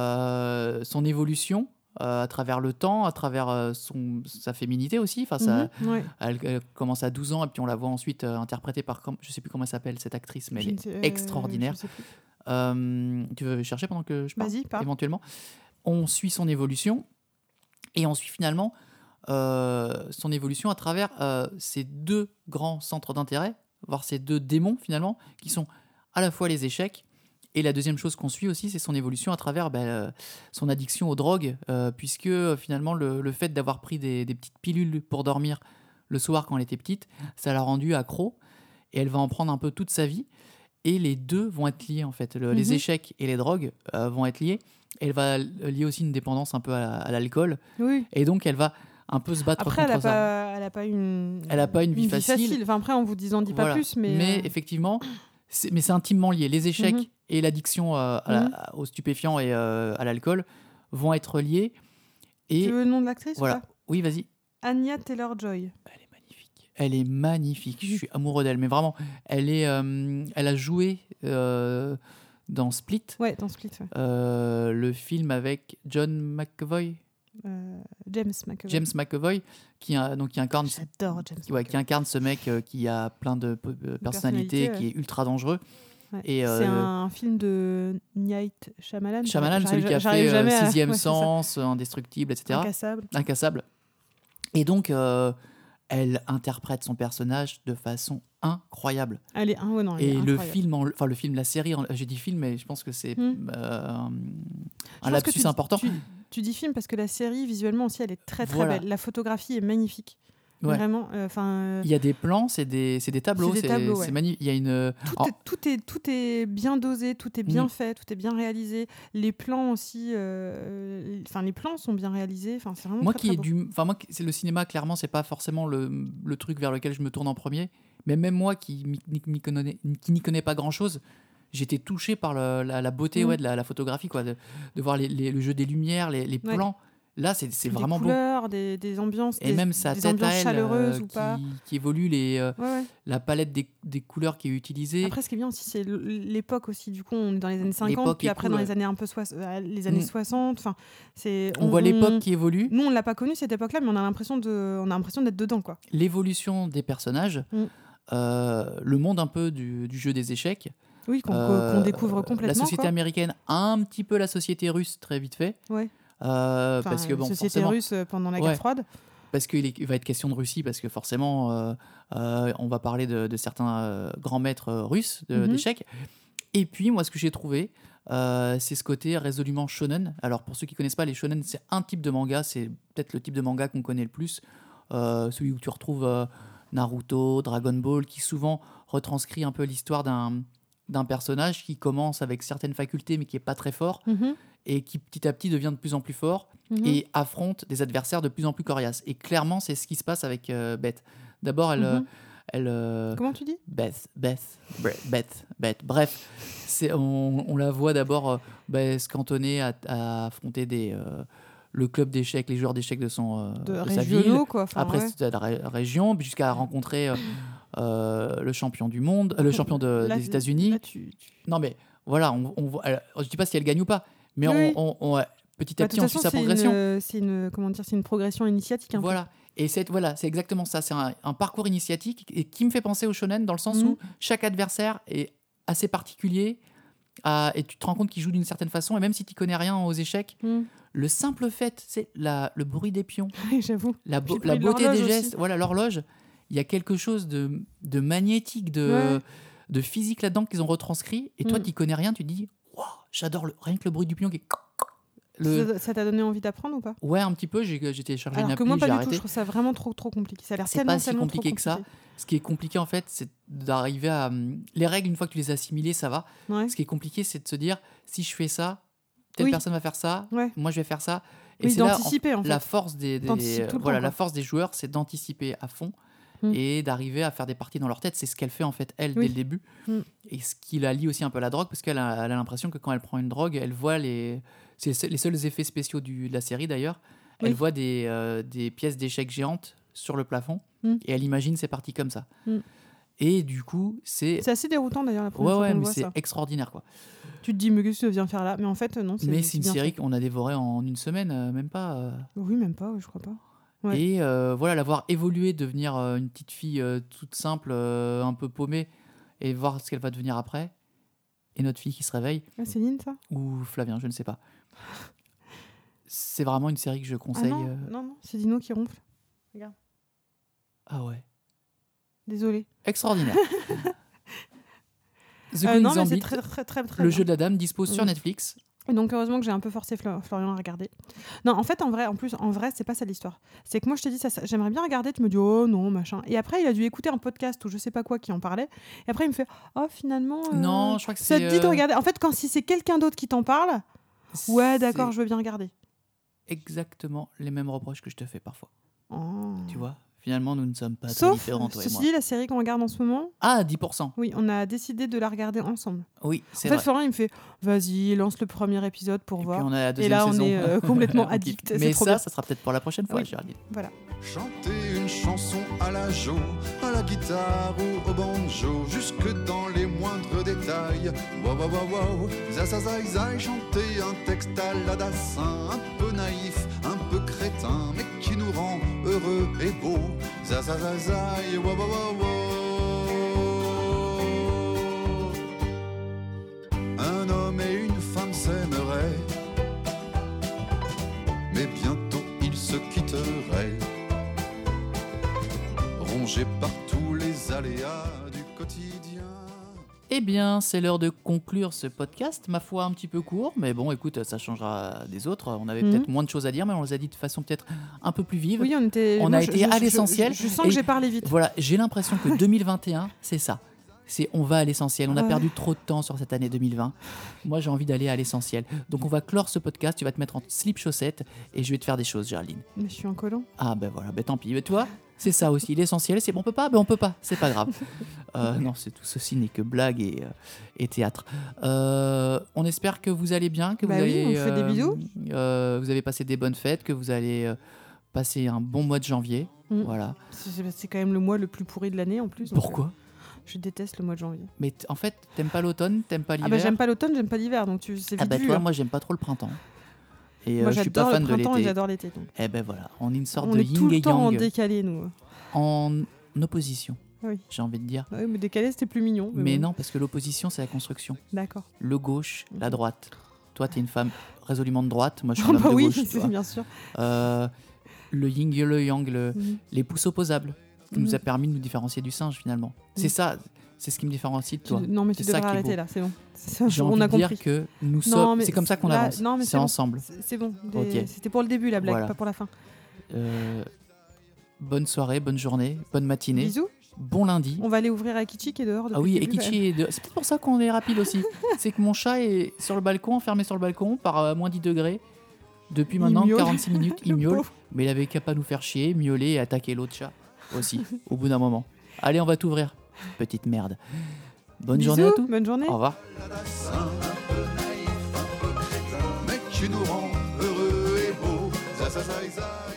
Speaker 2: euh, son évolution euh, à travers le temps, à travers euh, son sa féminité aussi. Enfin, ça,
Speaker 1: Mhm, ouais.
Speaker 2: elle, elle commence à 12 ans et puis on la voit ensuite euh, interprétée par comme- je sais plus comment elle s'appelle cette actrice, mais
Speaker 1: Je
Speaker 2: elle
Speaker 1: ne sais- euh,
Speaker 2: est extraordinaire.
Speaker 1: je sais plus.
Speaker 2: Euh, tu veux chercher pendant que je parle
Speaker 1: Vas-y, parle.
Speaker 2: éventuellement. On suit son évolution et on suit finalement euh, son évolution à travers euh, ces deux grands centres d'intérêt, voire ces deux démons finalement, qui sont à la fois les échecs et la deuxième chose qu'on suit aussi, c'est son évolution à travers ben, euh, son addiction aux drogues, euh, puisque euh, finalement le, le fait d'avoir pris des, des petites pilules pour dormir le soir quand elle était petite, ça l'a rendue accro et elle va en prendre un peu toute sa vie. Et les deux vont être liés en fait. Le- Les
Speaker 1: Mhm.
Speaker 2: échecs et les drogues euh, vont être liés. Elle va l- lier aussi une dépendance un peu à, à l'alcool.
Speaker 1: Oui.
Speaker 2: Et donc elle va un peu se battre
Speaker 1: Après, elle
Speaker 2: contre
Speaker 1: n'a
Speaker 2: ça.
Speaker 1: pas, elle a pas une.
Speaker 2: Elle a pas une vie facile.
Speaker 1: Enfin, après, on vous disant dit pas
Speaker 2: Voilà.
Speaker 1: plus, mais. euh,
Speaker 2: effectivement, c'est, mais c'est intimement lié. Les échecs
Speaker 1: Mhm.
Speaker 2: et l'addiction euh, à la-
Speaker 1: Mhm.
Speaker 2: à- aux stupéfiants et euh, à l'alcool vont être liés. Et
Speaker 1: Tu veux le nom de l'actrice ou
Speaker 2: voilà.
Speaker 1: pas
Speaker 2: Oui, vas-y.
Speaker 1: Anya Taylor Joy.
Speaker 2: Elle est magnifique. Elle est magnifique.
Speaker 1: Mhm.
Speaker 2: Je suis amoureux d'elle. Mais vraiment, elle est. euh, elle a joué euh, dans Split,
Speaker 1: Ouais, dans Split. ouais.
Speaker 2: euh, le film avec John McAvoy,
Speaker 1: Euh, James McAvoy.
Speaker 2: James McAvoy, qui a- donc qui incarne
Speaker 1: J'adore James.
Speaker 2: Ouais, qui incarne ce mec euh, qui a plein de pe- euh, personnalités,
Speaker 1: personnalités,
Speaker 2: qui est ultra dangereux.
Speaker 1: Ouais.
Speaker 2: et,
Speaker 1: C'est
Speaker 2: euh,
Speaker 1: un film de Night Shyamalan.
Speaker 2: Shyamalan,
Speaker 1: J'arrive-
Speaker 2: celui qui a
Speaker 1: Ah, j'arrive
Speaker 2: fait euh,
Speaker 1: jamais à-
Speaker 2: Sixième
Speaker 1: ouais, c'est ça.
Speaker 2: Sens, euh, Indestructible, etc.
Speaker 1: Incassable.
Speaker 2: Incassable. Et donc, euh, elle interprète son personnage de façon incroyable.
Speaker 1: Allez, un ouais, non. elle Oh, est
Speaker 2: et le
Speaker 1: incroyable.
Speaker 2: film, en- enfin le film, la série, en- j'ai dit film, mais je pense que c'est
Speaker 1: Hmm.
Speaker 2: euh,
Speaker 1: Je
Speaker 2: un- un
Speaker 1: pense que
Speaker 2: lapsus
Speaker 1: tu-
Speaker 2: important.
Speaker 1: Tu, tu dis film parce que la série, visuellement aussi, elle est très très
Speaker 2: Voilà.
Speaker 1: belle. La photographie est magnifique.
Speaker 2: Ouais.
Speaker 1: Vraiment, euh, enfin.
Speaker 2: Il y a des plans, c'est des, c'est des tableaux.
Speaker 1: des
Speaker 2: C'est
Speaker 1: tableaux, ouais.
Speaker 2: c'est magnifique. Il y a une. euh,
Speaker 1: tout,
Speaker 2: alors,
Speaker 1: est, tout, est, tout est bien dosé, tout est bien
Speaker 2: Mm.
Speaker 1: fait, tout est bien réalisé. Les plans aussi, euh, enfin les plans sont bien réalisés. Enfin, c'est vraiment
Speaker 2: moi
Speaker 1: Mmh, très,
Speaker 2: qui
Speaker 1: très
Speaker 2: ai
Speaker 1: beau.
Speaker 2: du. Enfin, moi, qui- c'est le cinéma, clairement, c'est pas forcément le, le truc vers lequel je me tourne en premier. Mais même moi qui m'y- n'y- m'y connais- qui n'y connais pas grand chose. J'étais touché par le- la, la beauté
Speaker 1: Mm.
Speaker 2: ouais, de la, la photographie, quoi, de, de voir les- les- le jeu des lumières, les, les
Speaker 1: Ouais.
Speaker 2: plans. Là, c'est c'est
Speaker 1: Des
Speaker 2: vraiment beau.
Speaker 1: couleurs, Des, des ambiances,
Speaker 2: Et
Speaker 1: des,
Speaker 2: même sa
Speaker 1: des
Speaker 2: tête à
Speaker 1: ambiances
Speaker 2: elle,
Speaker 1: chaleureuses
Speaker 2: euh,
Speaker 1: ou pas.
Speaker 2: Qui, qui évolue, les, euh,
Speaker 1: Ouais, ouais.
Speaker 2: la palette des, des couleurs qui est utilisée.
Speaker 1: Après, ce qui est bien aussi, c'est l- l'époque aussi. Du coup, on est dans les années
Speaker 2: L'époque
Speaker 1: 50, puis
Speaker 2: est
Speaker 1: après
Speaker 2: cool,
Speaker 1: dans
Speaker 2: ouais.
Speaker 1: les années un peu soix- euh, les années
Speaker 2: Mm.
Speaker 1: 60. Enfin, c'est
Speaker 2: on, voit l'époque qui évolue,
Speaker 1: Nous, on Mmh. l'a pas connu cette époque-là, mais on a l'impression de, on a l'impression d'être dedans, quoi.
Speaker 2: l'évolution des personnages,
Speaker 1: Mm.
Speaker 2: euh, le monde un peu du, du jeu des échecs,
Speaker 1: Oui, qu'on
Speaker 2: euh,
Speaker 1: qu'on découvre complètement.
Speaker 2: la société
Speaker 1: quoi.
Speaker 2: américaine, un petit peu la société russe très vite fait.
Speaker 1: Ouais.
Speaker 2: Euh,
Speaker 1: Enfin,
Speaker 2: parce que bon,
Speaker 1: la société
Speaker 2: forcément,
Speaker 1: russe euh, pendant la guerre
Speaker 2: Ouais.
Speaker 1: froide.
Speaker 2: parce qu'il est- il va être question de Russie, parce que forcément, euh, euh, on va parler de, de certains euh, grands maîtres euh, russes de-
Speaker 1: Mhm.
Speaker 2: d'échecs. Et puis, moi, ce que j'ai trouvé, euh, c'est ce côté résolument shonen. Alors, pour ceux qui connaissent pas, les shonen, c'est un type de manga, c'est peut-être le type de manga qu'on connaît le plus, euh, celui où tu retrouves euh, Naruto, Dragon Ball, qui souvent retranscrit un peu l'histoire d'un d'un personnage qui commence avec certaines facultés mais qui est pas très fort
Speaker 1: Mhm,
Speaker 2: et qui petit à petit devient de plus en plus fort
Speaker 1: mhm.
Speaker 2: et affronte des adversaires de plus en plus coriaces. Et clairement, c'est ce qui se passe avec euh, Beth. D'abord, elle, euh,
Speaker 1: Mhm.
Speaker 2: elle, euh,
Speaker 1: Comment tu dis
Speaker 2: Beth, Beth, Bre- Beth, Beth. Bref, c'est, on, on la voit d'abord euh, bah, se cantonner à, à affronter des, euh, le club d'échecs, les joueurs d'échecs de son euh,
Speaker 1: de
Speaker 2: de sa ville.
Speaker 1: régionaux quoi. Enfin,
Speaker 2: Après,
Speaker 1: ouais. Mm.
Speaker 2: c'est la ré- région, puis jusqu'à rencontrer euh, euh, le champion du monde, euh, le champion de-
Speaker 1: Là,
Speaker 2: des États-Unis.
Speaker 1: là, tu- tu-
Speaker 2: Non, mais voilà, on, on voit- elle- je dis pas si elle gagne ou pas, mais on-
Speaker 1: Oui.
Speaker 2: on, on- petit
Speaker 1: Bah,
Speaker 2: à
Speaker 1: de
Speaker 2: petit,
Speaker 1: toute
Speaker 2: on
Speaker 1: façon,
Speaker 2: suit sa
Speaker 1: c'est une,
Speaker 2: progression.
Speaker 1: euh, C'est une, comment dire, c'est une progression initiatique. un peu.
Speaker 2: Voilà. Et c'est voilà, c'est exactement ça. C'est un, un parcours initiatique et qui me fait penser au shonen dans le sens
Speaker 1: Mhm.
Speaker 2: où chaque adversaire est assez particulier à- et tu te rends compte qu'il joue d'une certaine façon. Et même si tu connais rien aux échecs,
Speaker 1: Mm.
Speaker 2: le simple fait, c'est la- le bruit des pions,
Speaker 1: J'avoue.
Speaker 2: la, beau-
Speaker 1: Puis le
Speaker 2: la
Speaker 1: bruit de
Speaker 2: beauté des
Speaker 1: l'horloge aussi.
Speaker 2: gestes, voilà l'horloge. Il y a quelque chose de, de magnétique, de,
Speaker 1: Ouais.
Speaker 2: de physique là-dedans qu'ils ont retranscrit. Et toi,
Speaker 1: Mm.
Speaker 2: tu connais rien, tu te dis, waouh, j'adore le, rien que le bruit du pion qui est. Le,
Speaker 1: Ça- Ça t'a donné envie d'apprendre ou pas
Speaker 2: ouais, un petit peu, j'ai j'ai téléchargé une
Speaker 1: Alors que
Speaker 2: appli,
Speaker 1: moi,
Speaker 2: j'ai
Speaker 1: pas du tout.
Speaker 2: arrêté.
Speaker 1: Je trouve ça vraiment trop, trop compliqué. Ça a l'air
Speaker 2: C'est
Speaker 1: tellement,
Speaker 2: pas si
Speaker 1: tellement trop
Speaker 2: compliqué que ça. Ce qui est compliqué, en fait, c'est d'arriver à. hum, Les règles, une fois que tu les as assimilées, ça va.
Speaker 1: Ouais.
Speaker 2: Ce qui est compliqué, c'est de se dire si je fais ça, telle
Speaker 1: Oui.
Speaker 2: personne va faire ça,
Speaker 1: Ouais.
Speaker 2: moi je vais faire ça. Et
Speaker 1: Oui,
Speaker 2: c'est là, en-
Speaker 1: d'anticiper en fait.
Speaker 2: la force des, des-
Speaker 1: T'anticipes tout le
Speaker 2: voilà,
Speaker 1: temps,
Speaker 2: la
Speaker 1: quoi.
Speaker 2: force des joueurs, c'est d'anticiper à fond
Speaker 1: Mm.
Speaker 2: et d'arriver à faire des parties dans leur tête. C'est ce qu'elle fait en fait elle dès
Speaker 1: Oui.
Speaker 2: le début.
Speaker 1: Mm.
Speaker 2: Et ce qui la lie aussi un peu à la drogue, parce qu'elle a elle a l'impression que quand elle prend une drogue, elle voit les c'est se- les seuls effets spéciaux du- de la série d'ailleurs. Elle
Speaker 1: Oui.
Speaker 2: voit des, euh, des pièces d'échecs géantes sur le plafond
Speaker 1: Mm.
Speaker 2: et elle imagine ses parties comme ça.
Speaker 1: Mm.
Speaker 2: Et du coup, c'est
Speaker 1: C'est assez déroutant d'ailleurs la première
Speaker 2: ouais
Speaker 1: fois
Speaker 2: ouais
Speaker 1: qu'on le
Speaker 2: mais
Speaker 1: voit
Speaker 2: c'est
Speaker 1: ça.
Speaker 2: extraordinaire quoi.
Speaker 1: Tu te dis mais qu'est-ce que tu viens faire là Mais en fait non.
Speaker 2: Mais c'est une
Speaker 1: bien
Speaker 2: série
Speaker 1: fait.
Speaker 2: qu'on a dévorée en une semaine, euh, même pas. euh,
Speaker 1: Oui, même pas. ouais, Je crois pas. Ah, Ouais.
Speaker 2: Et euh, voilà, la voir évoluer, devenir euh, une petite fille euh, toute simple, euh, un peu paumée, et voir ce qu'elle va devenir après. Et notre fille qui se réveille,
Speaker 1: Ah, Céline ça
Speaker 2: ou Flavien, je ne sais pas. C'est vraiment une série que je
Speaker 1: Ah
Speaker 2: conseille.
Speaker 1: non,
Speaker 2: euh,
Speaker 1: non, non. C'est Dino qui ronfle.
Speaker 2: ah ouais.
Speaker 1: Désolée.
Speaker 2: Extraordinaire. The
Speaker 1: Euh,
Speaker 2: Queen
Speaker 1: non, mais c'est
Speaker 2: Gambit,
Speaker 1: très, très, très, très.
Speaker 2: le
Speaker 1: bien.
Speaker 2: jeu de la dame, dispose sur
Speaker 1: Mhm.
Speaker 2: Netflix.
Speaker 1: Et Donc heureusement que j'ai un peu forcé Flo- Florian à regarder. Non, en fait, en vrai, en plus, en vrai, c'est pas ça l'histoire. C'est que moi, je te dis, ça, ça- j'aimerais bien regarder. Tu me dis, oh non, machin. Et après, il a dû écouter un podcast ou je sais pas quoi qui en parlait. Et après, il me fait, oh finalement. euh,
Speaker 2: Non, je crois que
Speaker 1: Ça
Speaker 2: c'est.
Speaker 1: te dit de
Speaker 2: euh,
Speaker 1: regarder. En fait, quand si c'est quelqu'un d'autre qui t'en parle, ouais, d'accord,
Speaker 2: c'est
Speaker 1: je veux bien regarder.
Speaker 2: Exactement les mêmes reproches que je te fais parfois.
Speaker 1: Oh.
Speaker 2: Tu vois Finalement, nous ne sommes pas très
Speaker 1: Sauf,
Speaker 2: différents, toi et
Speaker 1: ceci
Speaker 2: moi.
Speaker 1: dit, la série qu'on regarde en ce moment,
Speaker 2: Ah, 10%.
Speaker 1: oui, on a décidé de la regarder ensemble.
Speaker 2: Oui,
Speaker 1: En fait,
Speaker 2: c'est vrai.
Speaker 1: Florian, il me fait, vas-y, lance le premier épisode pour
Speaker 2: Et
Speaker 1: voir.
Speaker 2: puis on a la
Speaker 1: Et
Speaker 2: deuxième
Speaker 1: là, on
Speaker 2: saison.
Speaker 1: est euh, complètement
Speaker 2: On kiffe.
Speaker 1: addict. C'est
Speaker 2: Mais
Speaker 1: trop
Speaker 2: ça,
Speaker 1: bien.
Speaker 2: ça sera peut-être pour la prochaine fois,
Speaker 1: Oui.
Speaker 2: Géraldine.
Speaker 1: Voilà.
Speaker 3: Chanter une chanson à la jo, à la guitare ou au banjo, jusque dans les moindres détails. Wow, wow, wow, wow. Za, za, za, za. Chanter un texte à la Dassin, un peu naïf, un peu crétin, mais qui nous rend heureux et beau. Za, za, za, za. Wow, wow, wow, wow. Un homme et une femme s'aimeraient, mais bientôt ils se quitteraient, rongés par tous les aléas du quotidien.
Speaker 2: Eh bien, c'est l'heure de conclure ce podcast, ma foi un petit peu court, mais bon, écoute, ça changera des autres. On avait
Speaker 1: Mhm.
Speaker 2: peut-être moins de choses à dire, mais on les a dit de façon peut-être un peu plus vive.
Speaker 1: Oui, on était.
Speaker 2: On
Speaker 1: moi,
Speaker 2: a
Speaker 1: je-
Speaker 2: été
Speaker 1: je-
Speaker 2: à
Speaker 1: je-
Speaker 2: l'essentiel
Speaker 1: Je, je sens
Speaker 2: et-
Speaker 1: que j'ai parlé vite.
Speaker 2: Voilà, j'ai l'impression que 2021, c'est ça. C'est on va à l'essentiel. On a
Speaker 1: Ouais.
Speaker 2: perdu trop de temps sur cette année 2020. Moi, j'ai envie d'aller à l'essentiel. Donc, on va clore ce podcast. Tu vas te mettre en slip chaussette et je vais te faire des choses, Géraldine.
Speaker 1: Mais je suis en collant.
Speaker 2: Ah ben voilà, ben tant pis. Mais toi, c'est ça aussi. L'essentiel, c'est bon, on peut pas, ben on peut pas. C'est pas grave. Euh, non, c'est tout ceci n'est que blague et, euh, et théâtre. Euh, on espère que vous allez bien, que
Speaker 1: Bah
Speaker 2: vous
Speaker 1: oui,
Speaker 2: avez,
Speaker 1: on fait des bisous.
Speaker 2: euh, vous avez passé des bonnes fêtes, que vous allez euh, passer un bon mois de janvier.
Speaker 1: Mm.
Speaker 2: Voilà.
Speaker 1: C'est c'est quand même le mois le plus pourri de l'année en plus. donc,
Speaker 2: Pourquoi
Speaker 1: euh, Je déteste le mois de janvier.
Speaker 2: Mais t- en fait, t'aimes pas l'automne, t'aimes pas
Speaker 1: Ah
Speaker 2: l'hiver.
Speaker 1: bah j'aime pas l'automne, j'aime pas l'hiver, donc tu c'est
Speaker 2: Ah
Speaker 1: vite
Speaker 2: bah,
Speaker 1: vu,
Speaker 2: toi,
Speaker 1: hein.
Speaker 2: moi j'aime pas trop le printemps. Et euh,
Speaker 1: Moi,
Speaker 2: je suis pas
Speaker 1: j'adore
Speaker 2: fan
Speaker 1: le
Speaker 2: de
Speaker 1: printemps et
Speaker 2: l'été.
Speaker 1: j'adore l'été. donc.
Speaker 2: Eh ben voilà, on est une sorte
Speaker 1: On
Speaker 2: de
Speaker 1: est tout
Speaker 2: yin
Speaker 1: le
Speaker 2: et
Speaker 1: temps en
Speaker 2: yang
Speaker 1: décalé nous.
Speaker 2: en opposition.
Speaker 1: Ah Oui.
Speaker 2: J'ai envie de dire.
Speaker 1: Ouais, mais décalé c'était plus mignon.
Speaker 2: Mais
Speaker 1: bon.
Speaker 2: non, parce que l'opposition c'est la construction.
Speaker 1: D'accord.
Speaker 2: Le gauche, la
Speaker 1: Mhm.
Speaker 2: droite. Toi t'es une femme résolument de droite, moi je suis
Speaker 1: Ah
Speaker 2: un homme
Speaker 1: bah
Speaker 2: de
Speaker 1: oui,
Speaker 2: gauche. tu
Speaker 1: c'est
Speaker 2: vois.
Speaker 1: bien sûr.
Speaker 2: Euh, le yin et le yang, le-
Speaker 1: Mhm.
Speaker 2: les pouces opposables, qui nous
Speaker 1: Mhm.
Speaker 2: a permis de nous différencier du singe finalement.
Speaker 1: Mhm.
Speaker 2: C'est ça, c'est ce qui me différencie de
Speaker 1: Tu-
Speaker 2: toi.
Speaker 1: non mais
Speaker 2: C'est
Speaker 1: tu
Speaker 2: ça
Speaker 1: devrais
Speaker 2: qui est
Speaker 1: arrêter
Speaker 2: beau.
Speaker 1: là, c'est bon. C'est-
Speaker 2: J'ai
Speaker 1: On
Speaker 2: envie
Speaker 1: a
Speaker 2: de dire
Speaker 1: compris.
Speaker 2: que nous
Speaker 1: Non,
Speaker 2: sommes.
Speaker 1: mais
Speaker 2: C'est comme ça qu'on
Speaker 1: là-
Speaker 2: avance.
Speaker 1: non, mais
Speaker 2: C'est
Speaker 1: c'est bon.
Speaker 2: ensemble.
Speaker 1: C'est c'est bon.
Speaker 2: Ok.
Speaker 1: des- C'était pour le début la blague,
Speaker 2: Voilà.
Speaker 1: pas pour la fin.
Speaker 2: Euh, bonne soirée, bonne journée, bonne matinée,
Speaker 1: Bisous.
Speaker 2: bon lundi.
Speaker 1: On va aller ouvrir Akichi qui est dehors.
Speaker 2: Ah
Speaker 1: depuis le
Speaker 2: oui,
Speaker 1: début, quand même.
Speaker 2: Ekichi est de... C'est peut-être pour ça qu'on est rapide aussi. C'est que mon chat est sur le balcon, enfermé sur le balcon, par euh, moins 10 degrés. Depuis
Speaker 1: Il
Speaker 2: maintenant
Speaker 1: miaule.
Speaker 2: 46 minutes, il
Speaker 1: Le
Speaker 2: miaule.
Speaker 1: pauvre.
Speaker 2: Mais il avait qu'à pas nous faire chier, miauler et attaquer l'autre chat aussi, au bout d'un moment. Allez, on va t'ouvrir. Petite merde. Bonne journée à
Speaker 1: Bisous,
Speaker 2: tous.
Speaker 1: Bonne journée.
Speaker 2: Au revoir.
Speaker 3: Dallas, un peu naïf, un peu crétin, mais qui nous rend heureux et oh, beaux. Za, za, za, za.